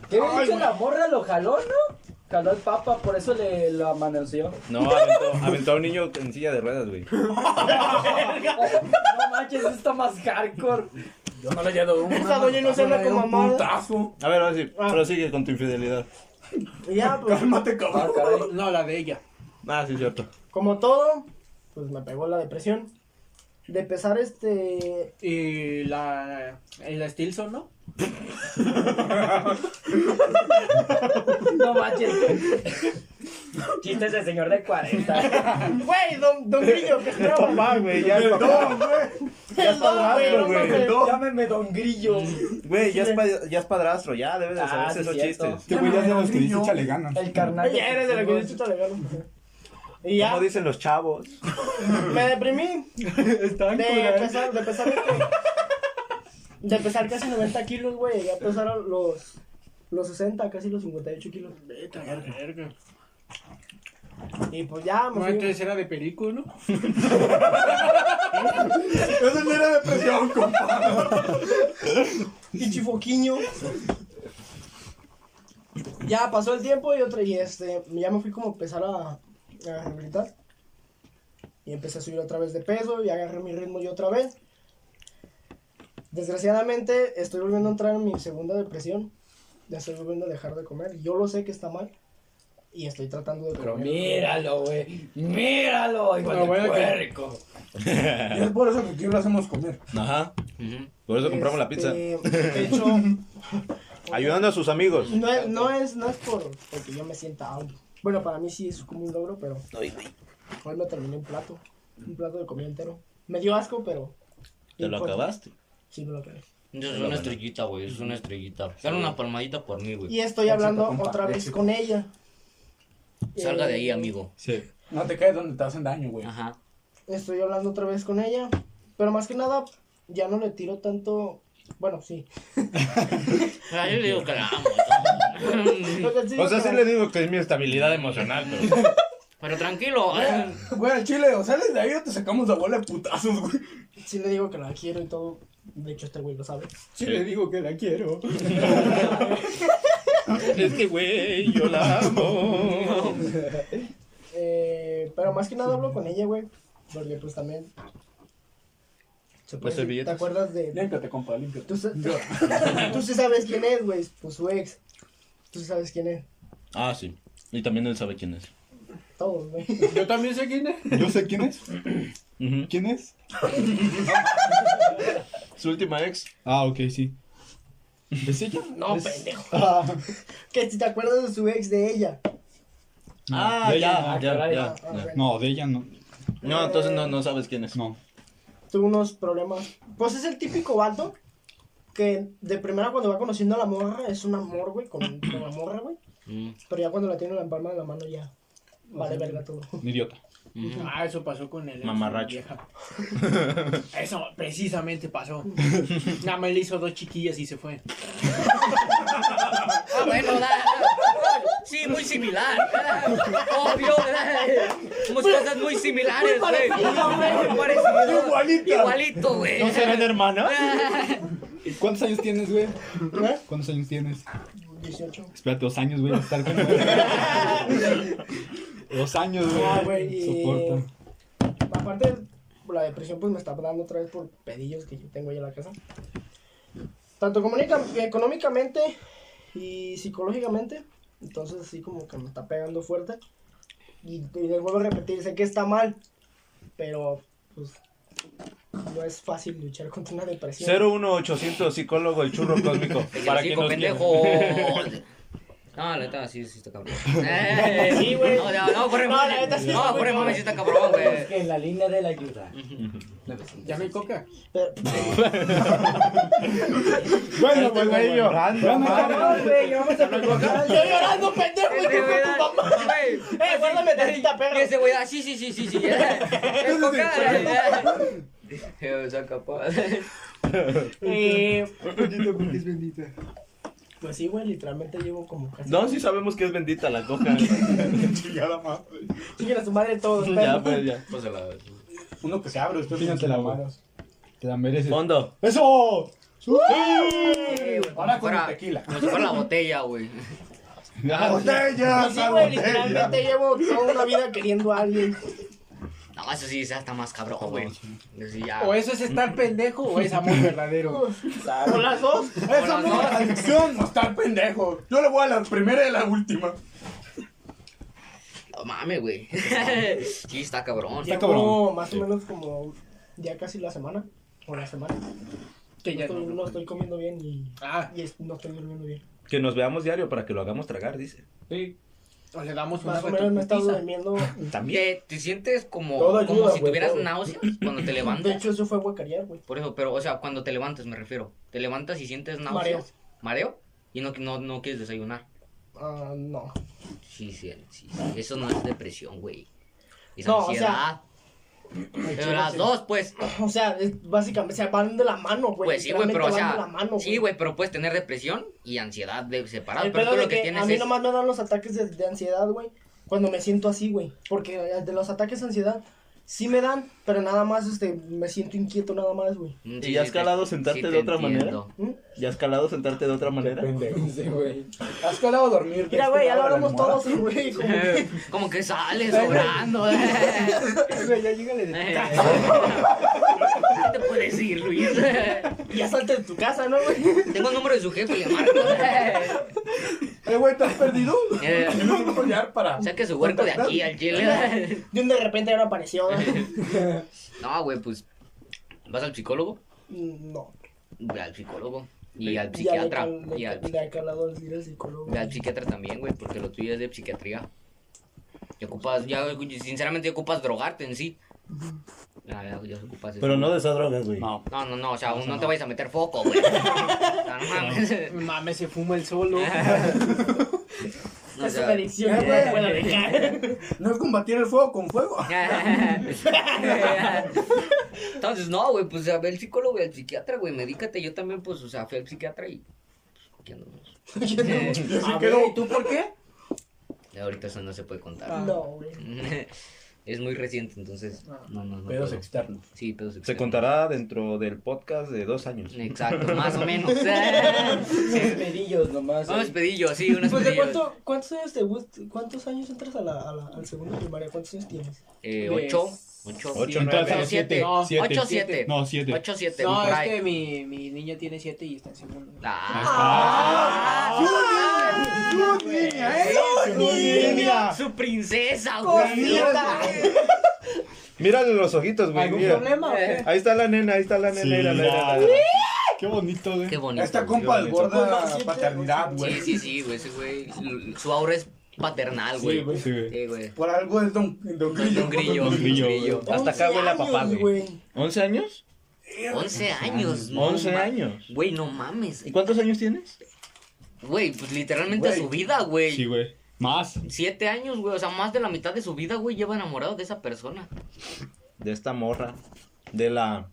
¿Qué
Ay,
había hecho
güey.
la morra? ¿Lo jaló, no? Jaló el papa, por eso le lo amaneció.
No, aventó, aventó a un niño en silla de ruedas, güey.
No manches, eso está más hardcore.
Yo no le he dado un.
Esa doña no suena como amada.
A ver, ahora sí, prosigue con tu infidelidad.
Y ya, pues,
Ah, caray. No, la de ella.
Ah, sí, cierto.
como todo, pues me pegó la depresión. De pesar este.
Y la. Y la Stilson, ¿no?
No manches. Chistes de señor de 40.
Güey, don, don Grillo, que estaba
Papá, güey, ya es papá. Ya es padrastro, güey.
Llámeme Don Grillo.
Güey, ya es, pa- ya es padrastro, ya debes de
Ah,
saberse
sí,
esos
cierto.
chistes.
Este güey ya es de los que dice échale ganas.
El carnal.
Ya eres de la que yo te regalo. Y ya,
Como dicen los chavos.
me deprimí.
Están
¿eh?
De pesar, de pesar de que. De pesar casi 90 kilos, güey. Ya pesaron los. Los 60, casi los 58 kilos.
Vete a la verga.
Y pues ya, me
No,
fui.
entonces era de perico, ¿no?
Eso no era depresión, compa.
Y chifoquiño. Ya pasó el tiempo y otra. Y este. Ya me fui como a empezar a. A rehabilitar. Y empecé a subir otra vez de peso. Y agarré mi ritmo yo otra vez. Desgraciadamente, estoy volviendo a entrar en mi segunda depresión. Ya estoy volviendo a dejar de comer. Yo lo sé que está mal. Y estoy tratando de
Pero
comer.
míralo, güey. Míralo, hijo
No,
de
bueno, que-
puerco.
Es por eso que aquí lo hacemos comer.
Ajá. Por eso compramos la pizza.
Este, De hecho,
Ayudando a sus amigos.
No es, no es, no es por porque yo me sienta algo. Bueno, para mí sí es como un logro, pero hoy me terminé un plato. Un plato de comida entero. Me dio asco, pero.
¿Te lo
importa.
acabaste?
Sí, me lo acabé.
Eso es una estrellita, güey. Eso es una estrellita. Dale una palmadita por mí,
Y
güey.
estoy hablando
compa,
otra vez
éxito.
con ella.
Salga
Eh,
de ahí, amigo.
Sí.
No te caes donde te hacen daño, güey.
Ajá.
Estoy hablando otra vez con ella. Pero más que nada, ya no le tiro tanto Bueno, sí.
Ah, yo le digo que la amo. Mm.
O sea, sí le digo que es mi estabilidad emocional, pero.
Pero tranquilo.
Ah,
¿eh?
Güey, al chile, o sales de ahí o te sacamos la bola de putazos, güey.
Sí le digo que la quiero y todo. De hecho, este güey lo sabe.
Sí le digo que la quiero.
Es que, güey, yo la amo.
Eh, pero más que nada hablo con ella, güey. Porque pues también. se
Pues,
Los
puede decir, ¿Te
servilletas.
acuerdas de.?
Límpiate, compa, límpiate.
Tú, sa- tú sí sabes quién es, güey. Pues su ex. Tú sí sabes quién es.
Ah, sí. Y también él sabe quién es.
Todos, güey.
Yo también sé quién es.
Yo sé quién es. ¿Quién es?
Su última ex.
Ah, ok, sí. ¿Es ella?
No,
Es-
pendejo.
Ah,
Que si te acuerdas de su ex de ella.
no,
Ah,
de
ya,
ella no.
ya,
Ah, caray.
ya,
ya.
No, de ella no.
No, entonces no, no sabes quién es.
No.
Tuvo unos problemas. Pues es el típico vato. Que de primera cuando va conociendo a la morra es un amor, güey, con, con la morra, güey.
Mm.
Pero ya cuando la tiene en la palma de la mano ya vale verga todo.
Un idiota.
Ah, eso pasó con el ex de mi
Mamarracho.
vieja. Eso precisamente pasó. Nada más le hizo dos chiquillas y se fue.
Ah, bueno, da, da. Sí, muy similar. Obvio, ¿verdad? Somos cosas muy similares,
Muy
güey.
parecido, güey.
Parecido.
Igualito.
Igualito, güey.
¿No serán
hermanas?
¿Cuántos años tienes, güey? ¿Cuántos años tienes?
18.
Espérate, dos años, güey, a estar con Dos años, güey.
Ah, güey, y-
Soporta.
Aparte, la depresión pues me está dando otra vez por pedillos que yo tengo ahí en la casa. Tanto comunica- económicamente y psicológicamente. Entonces así como que me está pegando fuerte. Y, y les vuelvo a repetir, sé que está mal, pero pues no es fácil luchar contra una depresión.
01800 psicólogo el churro cósmico. Para que
Hocico,
nos quiera.
pendejo. No, la neta, sí, sí está cabrón. Eh,
Sí, güey.
No, no, no, corre
No, la neta,
mames.
sí,
No,
güey,
corre
no.
mames, sí está cabrón, güey.
En la línea de la ayuda.
¿Ya no hay coca?
Bueno, pues ahí yo. Bueno,
cabrón, güey, ya vamos a
platicar.
Yo llorando, pendejo, y tú con tu mamá. Eh, guárdame tantita, perro.
Y ese güey, ah, sí, sí, sí, sí, sí. eh. Es coca, eh, eh. O sea, capaz.
Eh, Pues sí, güey, literalmente llevo como casi.
No, sí sabemos que es bendita la coca.
Chingada madre.
Chinguen a su madre todos,
ya,
perro.
pues ya.
Uno que se abre, usted fíjate la mano. Te la mereces.
Fondo.
¡Eso!
Eh, güey, como
Ahora
si
con
fuera-
el tequila.
Como si fuera la botella, güey.
La
Ah,
botella,
Pues sí, güey, literalmente llevo toda una vida queriendo a alguien.
No, eso sí, está más cabrón, güey. Eso sí, ya.
O eso es estar pendejo o es amor verdadero.
Con las dos. Esa no es adicción, no está pendejo. Yo le voy a la primera y a la última.
No mames, güey. Sí, está cabrón.
Llevo más o menos como ya casi la semana. O la semana.
Que
no,
ya
estoy,
no- Ah,
no estoy comiendo bien y, y es- no estoy durmiendo bien.
Que nos veamos diario para que lo hagamos tragar, dice.
Sí. O le damos una
Más o menos me he estado
retoputiza.
durmiendo.
También.
¿Te, te sientes como,
Todo ayuda,
como si
güey,
tuvieras
todo.
náuseas cuando te
De
levantas?
hecho, eso fue guacarear, güey.
Por eso, pero, o sea, cuando te levantas, me refiero. ¿Te levantas y sientes náuseas? Mareo. Y no, no, no quieres desayunar.
Ah, no.
Sí, sí, sí, sí. Eso no es depresión, güey. Es
No, o
ansiedad. pero las
sí.
dos, pues.
O sea, es básicamente se van de la mano, güey.
Pues sí, güey, pero o
literalmente van
sea,
de la mano,
sí, güey, pero puedes tener depresión y ansiedad de separado,
El
pero
pedo
tú
de
lo que,
que
tienes
a mí
es
nomás me dan los ataques de, de ansiedad, güey. Cuando me siento así, güey. Porque eh, de los ataques de ansiedad sí me dan, pero nada más este, me siento inquieto nada más, güey. ¿Mm?
Mm,
¿Y
sí,
ya
sí,
has calado
te-
sentarte
sí,
de
te
otra
entiendo.
manera? ¿Ya has calado sentarte de otra manera?
Sí, güey. Has colado a dormir.
Este
Mira, güey, ya lo hablamos todos, güey. como que-
Como que sales sobrando. eh.
Güey, ya llégale de
¿Qué te puedes ir, Luis?
Ya salte de tu casa, ¿no, güey?
Tengo el número de su jefe, le marco.
Eh, güey, ¿estás perdido?
Eh.
No voy a colgar para.
Saque su huerco de aquí al chile.
De un de repente ya no apareció.
No, güey, pues. ¿Vas al psicólogo?
Mm, No.
Ve al psicólogo. Y al
Ya le,
psiquiatra.
cal- le,
Y al,
le ha calado el ir al psicólogo.
ve al psiquiatra también, güey, porque lo tuyo es de psiquiatría. Y ocupas, ya, sinceramente, ocupas drogarte en sí. Ya, ya, ya ocupas eso.
Pero no de esas drogas, güey.
No.
No, no, no, o sea, no, te vayas a meter foco, güey. No, no mames.
Mames, se fuma el solo.
Es una adicción que no puedo dejar.
No es combatir el fuego con fuego.
Entonces, no, güey, pues a ver el psicólogo y el psiquiatra, güey, medícate. Yo también, pues, o sea, fui al psiquiatra y. pues, aquí andamos.
Yo sí
A
quedo-
ver,
¿Y tú por qué?
Ahorita eso no se puede contar.
Ah. No, güey.
es muy reciente, entonces.
Ah.
No, no, no.
Pedos
puedo.
externos.
Sí, pedos externos.
Se contará dentro del podcast de dos años.
Exacto, más o menos.
Unos pedillos nomás.
Unos pedillos, sí, unos
Pues, ¿de
pedillos.
cuánto- ¿Cuántos años te gust- ¿Cuántos años entras a la, a la- al segundo de primaria? ¿Cuántos años tienes?
Eh, ocho. Ocho,
Ocho,
sí,
nueve,
ocho, siete.
siete,
No,
siete.
ocho, siete.
No, siete.
Ocho, siete.
No,
por
es
ahí.
que mi, mi niño tiene siete y está en segundo.
Ah,
Ah,
¡Su niña, eh! ¡Su niña!
Ah.
¡Su princesa,
¡Cosita!
Mírale los ojitos, güey.
¿Algún
mira.
problema, o
Eh,
qué?
Ahí está la nena, ahí está la nena.
Sí,
mira, la nena, la
ya.
nena.
Qué bonito, güey.
Qué bonito.
Esta
güey,
compa
qué
del
bonito.
gorda paternidad, güey.
Sí, sí, sí, güey, ese güey. l- Su aura es paternal,
Sí,
güey.
güey, sí, güey.
güey.
Por algo es don, don Grillo.
Don Grillo, Don Grillo, Grillo. güey.
Hasta acá huele a papá, güey. ¿11 años?
11 años, no
11
ma-
años.
Güey, no mames.
¿Y cuántos años tienes?
Güey, pues literalmente
Güey.
su vida, güey.
Sí, güey. Más.
Siete años, güey. O sea, más de la mitad de su vida, güey, lleva enamorado de esa persona.
De esta morra. De la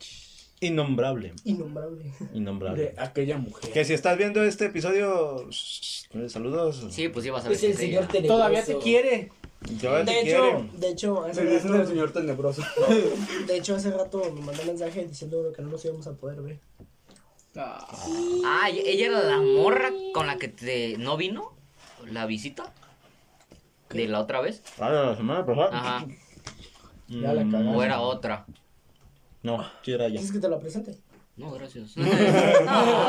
innombrable.
Innombrable.
Innombrable.
De aquella mujer.
Que si estás viendo este episodio, shh, saludos.
Sí, pues ibas
Es el señor tenebroso.
Todavía te
quiere.
Todavía
De
te
hecho,
quieren.
de hecho, hace
Le dicen el
rato,
señor tenebroso.
de hecho, hace rato me mandó un mensaje diciendo que no nos íbamos a poder ver.
Ah, ¿y ella era la morra con la que te no vino la visita de la otra vez.
Ah, la semana pasada.
Ajá.
Ya
la cagaste.
O era otra.
No, sí era ya.
¿Quieres que te la presente?
No, gracias. No,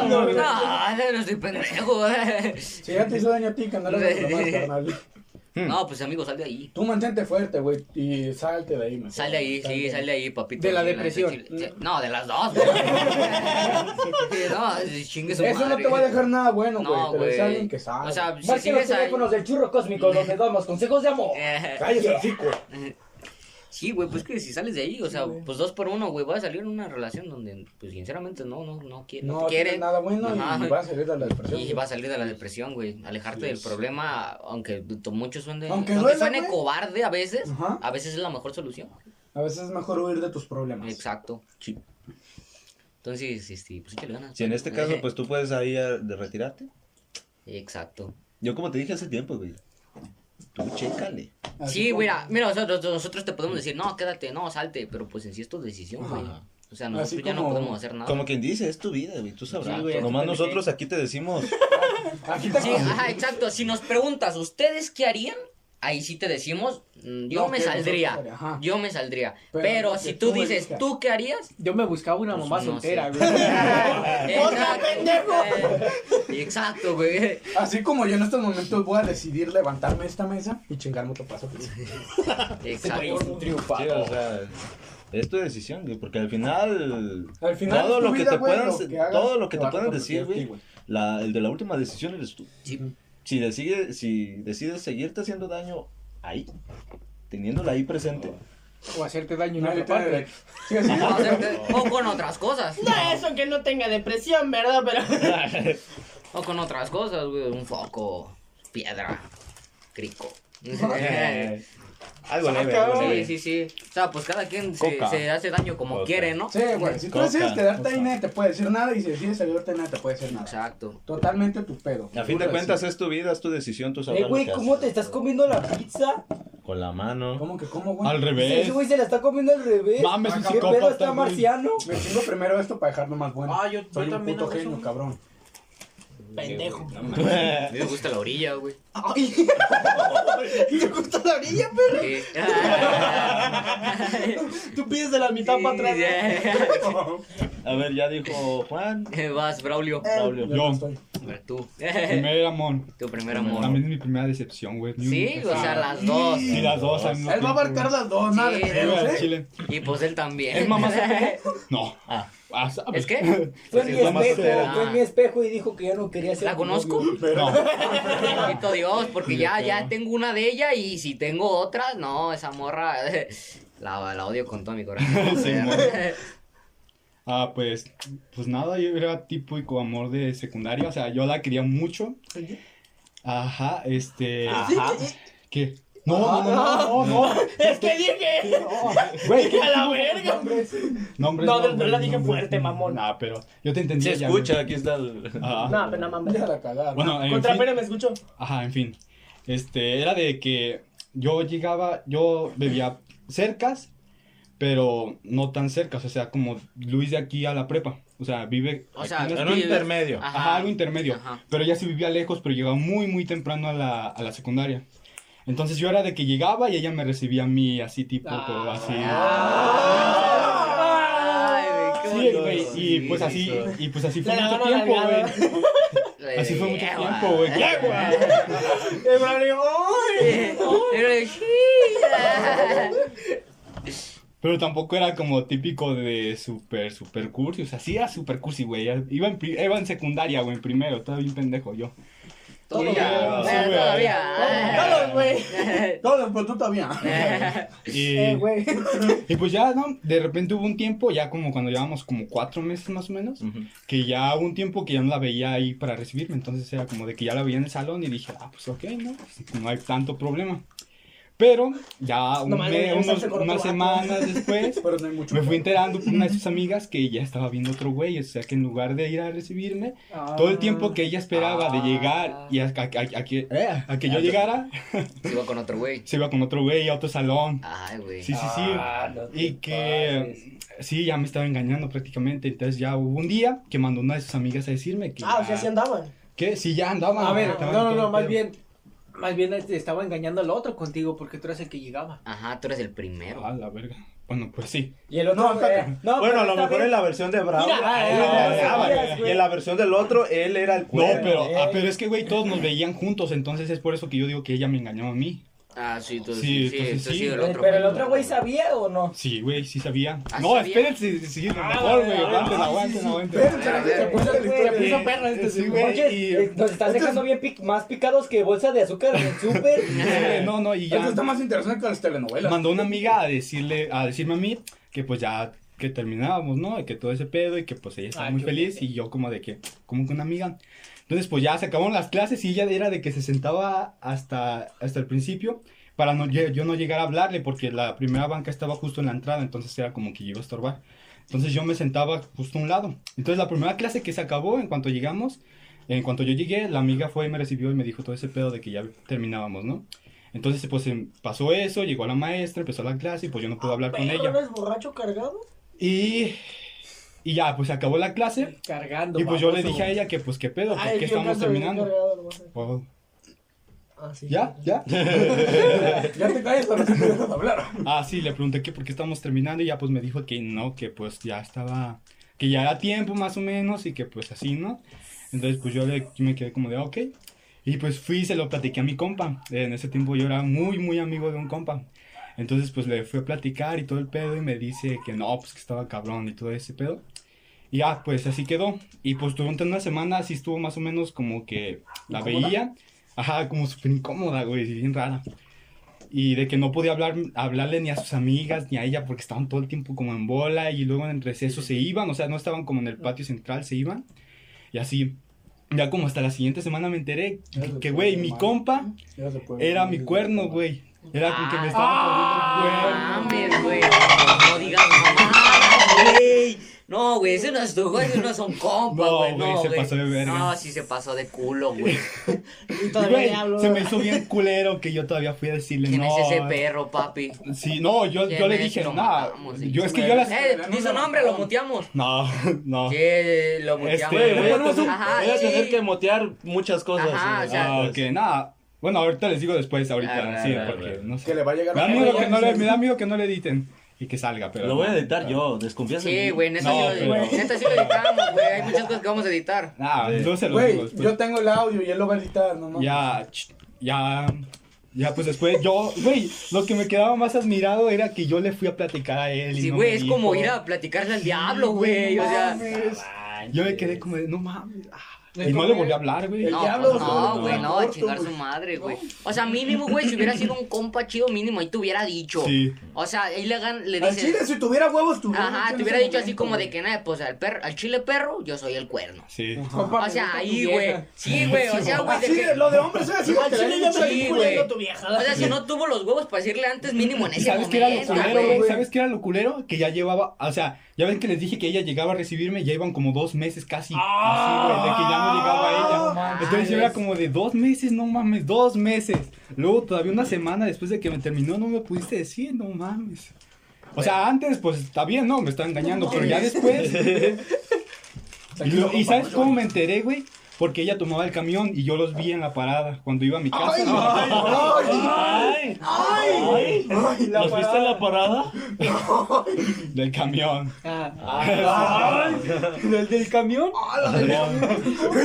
no, no, no soy pendejo. eh.
Si ya te hizo daño a ti, que no le hagas más, carnal.
No, pues amigo, sal de ahí.
Tú mantente fuerte, güey, y salte de ahí, mejor.
Sal de ahí, sí, sal de ahí, papito.
De la
Sí,
depresión.
sí, sí. No, de las dos. güey. Sí, No, chingue su
Eso no
madre.
te va a dejar nada bueno, güey.
No,
pero es
güey.
alguien que sabe.
O sea,
Marquen
si
los
sigues ahí. Eh,
teléfonos del churro cósmico donde damos consejos de amor.
Cállese, hocico.
Sí, güey, pues que si sales de ahí, o sea, pues dos por uno, güey, vas a salir en una relación donde, pues sinceramente, no, no, no, quiere, no,
No
te quiere.
tiene nada bueno
Ajá.
y va a salir de la depresión.
Y va a salir de la depresión, güey. Alejarte del problema, aunque t- mucho suene,
Aunque
aunque
duela,
suene
güey.
cobarde a veces, a veces es la mejor solución.
A veces es mejor huir de tus problemas.
Exacto. Entonces, este, pues échale ganas.
Si en este caso, pues tú puedes ahí a- de retirarte.
Exacto.
Yo como te dije hace tiempo, güey. Tú chécale.
Sí, mira, mira, nosotros, nosotros te podemos decir, no, quédate, no, salte, pero pues en sí es tu decisión, güey. O sea, nosotros ya no podemos hacer nada.
Como quien dice, es tu vida, güey. Tú sabrás.
Ah. Sí, güey,
Nomás
tú también.
nosotros aquí te decimos.
Sí, ajá, exacto. Si nos preguntas, ¿ustedes qué harían? Ahí sí te decimos, mm, yo
No,
me
que
saldría.
nosotros, ajá.
Yo me saldría. Pero,
Pero que
si
tú
tú dices,
elijas.
¿tú qué harías?
Yo me buscaba una
Pues,
mamá
no
soltera,
sé. Exacto, güey.
güey.
Exacto, güey.
Así como yo en estos momentos voy a decidir levantarme de esta mesa y chingarme otro paso.
Exacto.
Sí, o sea, es tu decisión, güey, porque al final,
Al final
todo,
es tu
lo que
vida,
te
güey,
puedan,
lo que hagas
todo lo que
te
te
va a
puedan
convertir
decir,
a ti,
güey,
güey.
la- el de la última decisión eres tú.
Sí.
Si decides, si decides seguirte haciendo daño ahí, teniéndola ahí presente.
O hacerte daño en
No,
otra
yo te-
parte.
O, hacerte- o con otras cosas.
No, eso que no tenga depresión, ¿verdad? Pero.
O con otras cosas, güey. Un foco, piedra, crico.
Eh, algo
Sí,
leve, algo leve.
Sí, sí, sí. O sea, pues cada quien se,
Coca.
se hace daño como
Coca.
quiere, ¿no?
Sí, "Eh, güey. Si tú
Coca.
decides quedarte ahí, nadie te puede decir nada. Y si decides salirte, nadie te puede decir nada.
Exacto.
Totalmente tu pedo.
A fin
Tú
de
lo
cuentas es tu vida, es tu decisión, tú sabrás
Eh,
lo
güey,
que haces.
¿cómo te estás comiendo la pizza?
Con la mano.
¿Cómo que cómo, güey?
Al
Ese güey se la está comiendo al revés.
Mames, un
¿Qué pedo
psicópata,
está
güey.
marciano?
Me chingo primero esto para dejarlo más bueno.
Ah, yo- yo
Soy un
también
puto
hago eso,
genio,
güey.
cabrón.
Pendejo.
A mí me gusta la orilla, güey.
Ay. ¿Te gusta la orilla,
pues.
perro?
Sí.
Tú pides de la mitad para atrás.
A ver, ya dijo Juan.
Eh, Vas, Braulio.
Eh.
Braulio.
Yo.
Tú.
Primer amor.
Tu primer amor.
También es mi primera decepción, güey. Ni
Sí,
un-
o sea, las dos.
Sí, las dos. al mismo
Él va a
tiempo,
abarcar las dos, nada de
Sí,
pedos,
güey,
¿eh?
al
Chile.
Y pues él también.
¿Es mamá soltera? No. Ah.
¿Es qué?
Fue
Pues
en
es
mi
mamá soltera.
espejo, fue en mi espejo y dijo que ya no quería ser.
¿La conozco? Bendito Dios, porque ya, ya tengo una de ella y si tengo otra, no, esa morra la, la odio con todo mi corazón.
Sí, amor. Ah, pues, pues nada, yo era típico amor de secundaria, o sea, yo la quería mucho. Ajá, este.
Ajá.
¿Qué? No, no, no, no, no, no.
Es que dije.
Güey,
Dije a la verga.
Nombres,
No,
nombres,
yo la dije
nombres,
fuerte,
nombres.
mamón.
Nah, pero yo te entendí.
Se escucha, aquí está el.
Ah,
No, pero no mames.
Déjala cagar.
Bueno, en
Contra
fin.
pena me escucho.
Ajá, en fin. Este, era de que yo llegaba, yo bebía cercas, pero no tan cercas, o sea, como Luis de aquí a la prepa. O sea, vive
O sea,
aquí en
tú
las-
vives- Ajá.
Ah.
Ajá, algo intermedio. Pero ya se vivía lejos, pero llegaba muy, muy temprano a la, a la secundaria. Entonces yo era de que llegaba y ella me recibía a mí así tipo como así. Sí, güey, y pues así, y pues así fue
Le
mucho
ganó la
tiempo,
nalgada.
güey. Así fue mucho tiempo, güey. ¡Qué agua!
El Mario, ¡ay!
Pero tampoco era como típico de super, super cursi. O sea, sí era super cursi, güey. Iba en, pri- iba en secundaria, güey, en primero. Estaba bien pendejo yo.
Todavía. Todos,
Sí, güey.
güey.
Todos, pues tú también.
Y,
Eh,
y pues ya, ¿no? De repente hubo un tiempo, ya como cuando llevábamos como cuatro meses más o menos, que ya hubo un tiempo que ya no la veía ahí para recibirme. Entonces era como de que ya la veía en el salón y dije, ah, pues ok, ¿no? Pues no hay tanto problema. Pero ya un
No mames,
mes,
ya
unos-
se cortó
unas
vato.
semanas después,
Pero no hay mucho.
me fui enterando por una de sus amigas que ya estaba viendo otro güey. O sea que en lugar de ir a recibirme, todo el tiempo que ella esperaba
Ah.
de llegar y a, a- a- a que, eh, a que yo llegara,
Se iba con otro güey.
se iba con otro güey a otro salón.
Ay, güey.
Sí, sí, sí. y que sí, ya me estaba engañando prácticamente. Entonces ya hubo un día que mandó una de sus amigas a decirme que.
Ah, o
ya-
sea, sí andaban.
Que sí, ya andaba.
A ver,
andaba
no, no,
todo
no,
el
más
pedo.
bien, más bien este, estaba engañando al otro contigo porque tú eras el que llegaba.
Ajá, tú eres el primero.
Ah, la verga. Bueno, pues sí.
Y el otro,
bueno, a lo mejor en la versión de Bravo.
Mira,
a él
ah,
le
ah,
alcanzaba,
ah,
güey. y en la versión del otro, él era el
No,
cuerno.
pero, ah, pero es que, güey, todos nos veían juntos. Entonces es por eso que yo digo que ella me engañó a mí.
Ah, sí, tú sí,
Sí,
sí,
entonces
tú sí,
sí.
el
Pero-
otro.
pero el
fue-
otro güey sabía o no.
Sí, güey, sí sabía.
Ah,
no,
¿sabía?
espérense, sí, sí, mejor, güey. Aguanten, aguanten, aguanten.
Puso perra este
Sí,
güey.
güey.
Oye,
y-
eh, Nos
Este
estás dejando bien pic- más picados que bolsa de azúcar en el súper.
Eh, No, no, y ya.
Esto está más interesante que las telenovelas.
mandó una amiga a decirle, a decirme a mí que pues ya que terminábamos, ¿no? Y que todo ese pedo y que pues ella estaba
Ah,
muy
qué
feliz y yo como de que, como que una amiga. Entonces pues ya se acabaron las clases y ella era de que se sentaba hasta, hasta el principio para no, lle- yo no llegar a hablarle porque la primera banca estaba justo en la entrada, entonces era como que yo iba a estorbar. Entonces yo me sentaba justo a un lado. Entonces la primera clase que se acabó, en cuanto llegamos, en cuanto yo llegué, la amiga fue y me recibió y me dijo todo ese pedo de que ya terminábamos, ¿no? Entonces, pues em, pasó eso, llegó la maestra, empezó la clase y pues yo no pude hablar con
Ah, Pero
ella.
eres borracho cargado?
Y, y ya, pues se acabó la clase.
Cargando.
Y pues yo le
baboso.
dije a ella que pues qué pedo,
Ay,
¿por qué
yo
estamos
canto bien
terminando?
cargado, lo voy a hacer.
Wow.
Ah, sí.
Pues, ¿Ya? ¿Ya?
Ya te calles ahora sí puedes hablar.
Ah, sí, le pregunté que por qué estamos terminando y ya pues me dijo que no, que pues ya estaba, que ya era tiempo más o menos y que pues así, ¿no? Entonces pues yo, le, yo me quedé como de, "Ah, ok. Y pues fui y se lo platiqué a mi compa. En ese tiempo yo era muy, muy amigo de un compa. Entonces pues le fui a platicar y todo el pedo y me dice que no, pues que estaba cabrón y todo ese pedo. Y ya, pues así quedó. Y pues durante una semana así estuvo más o menos como que la
¿Incómoda?
veía. Ajá, como súper incómoda, güey, sí, bien rara. Y de que no podía hablar, hablarle ni a sus amigas ni a ella porque estaban todo el tiempo como en bola y luego en el receso se iban, o sea, no estaban como en el patio central, se iban. Y así, ya como hasta la siguiente semana me enteré que- que, güey, mi compa
Ya se puede.
era mi cuerno, güey. Era con que me
Ah,
estaban poniendo el
Mames,
cuerno.
güey. No digas mamá, güey. No, güey, ese no es tu güey, ese no son compas,
No,
güey.
güey,
No,
se
güey.
pasó de verga.
No, sí se pasó de culo, güey.
Y
Y,
todavía
güey,
le hablo.
se me hizo bien culero que yo todavía fui a decirle
¿Quién
no.
es ese perro, papi?
Sí, no, yo, yo
¿Quién
le
es?
dije,
Lo
nada.
matamos, sí.
Yo es que yo las.
Eh, di su nombre, lo muteamos.
No, no.
Sí, eh, lo muteamos.
Este, güey,
Ajá,
Voy a
sí.
tener que motear muchas cosas.
Ajá,
eh.
güey.
o sea, pues
Ah, ok, nada. Bueno, ahorita les digo después, ahorita,
Ah,
sí,
ah,
porque
ah,
no sé.
Que le va a llegar
Me da miedo que no le, me
mira.
da miedo que no le editen y que salga, pero.
Lo voy a editar yo, desconfías en
Sí,
mí.
güey, neta
No,
sí lo-
pero-
neta sí lo editamos, güey. Hay muchas cosas que vamos a editar.
Ah, no se los digo
Güey,
después.
yo tengo el audio y él lo va a editar, no mames.
Ya, ch- ya. Ya, pues después yo, güey, lo que me quedaba más admirado era que yo le fui a platicar a él. y
Sí,
no
güey,
me
es
dijo.
como ir a platicarle al diablo, güey. O sea,
Yo me quedé como de, no mames. ah. Y no le volví a hablar, güey.
No, pues no, güey, no, a chingar su madre, güey. O sea, mínimo, güey, si hubiera sido un compa chido, mínimo, ahí te hubiera dicho.
Sí.
O sea, ahí le, gan- le
Al
dices.
chile, si tuviera huevos, tuviera.
Ajá, te hubiera dicho así como de que nada, pues al perro, al chile perro, yo soy el cuerno.
Sí.
O sea, ahí, güey. Sí, güey, o sea, güey.
Así de- lo de hombres es así,
Al
te la
chile
he
ya
dicho,
me
sí,
vi
güey.
culiendo a tu vieja. O sea, si no tuvo los huevos para decirle antes, mínimo en ese
¿Sabes qué era lo
momento,
culero,
güey.
güey? ¿Sabes qué era lo culero? Que ya llevaba, o sea, ya ven que les dije que ella llegaba a recibirme, ya iban como dos meses casi. así, güey, de que ya no llegaba ella.
Ah,
Entonces yo era como de dos meses, no mames, dos meses. Luego todavía una semana después de que me terminó, no me pudiste decir, no mames. O sea, antes, pues está bien, ¿no? Me estaba engañando, pero ya después. y, lo- y ¿sabes cómo me enteré, güey? Porque ella tomaba el camión y yo los vi en la parada cuando iba a mi casa.
ay, ay, ay, la
¿Los viste en la
parada?
Del camión.
Ay.
¿Del, del camión?
Ah,
En,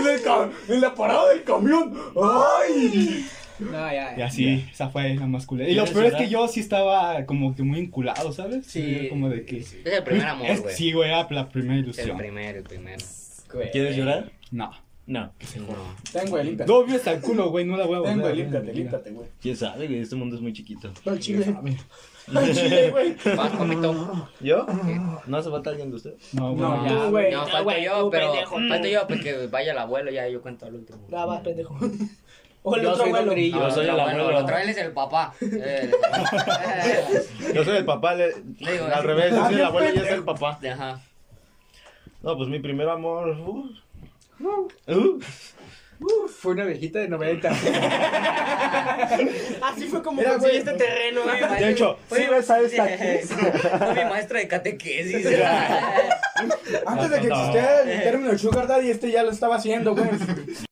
el ca- en la parada del camión. ¡Ay!
No, ya,
Y así, esa fue la más culera. Y
Ya
lo
se
peor es
da.
que yo sí estaba como que muy enculado, ¿sabes?
Sí.
Era Como de que...
Es el primer amor,
Es-
güey.
Sí, güey, era la primera
El
ilusión.
primero, el primero.
¿Quieres llorar? No.
No.
Tengo el
No, vio hasta el culo, güey, no la voy a volver
Tengo
a
el
ver en
límpiate,
mi vida.
límpiate, güey.
¿Quién sabe, güey? Este mundo es muy chiquito.
Al chile.
Al chile, güey.
Vas, papito.
¿Yo? ¿No hace falta alguien de ustedes?
No,
No,
ya,
ya,
güey,
No,
ya,
falta
güey,
yo,
tú,
pero.
pendejo.
Falta yo, porque vaya el abuelo, ya yo cuento al último.
Nada más, Ah, pendejo.
O
el otro abuelo.
Yo
Ah,
soy el abuelo.
El otro él es el papá. Eh,
Yo soy el papá, le-
digo,
al
así.
revés, yo soy el
Ah,
abuelo y
qué
ella es el papá.
Ajá.
No, pues mi primer amor. uh,
Uh.
Uf, fue una viejita de 90.
Así fue como
Mira,
conseguí
güey.
este terreno, güey.
De hecho,
Fue
sí
mi-
me sabes la que es.
Fue mi maestra de catequesis.
Antes de que existiera el término sugar daddy, este ya lo estaba haciendo, güey.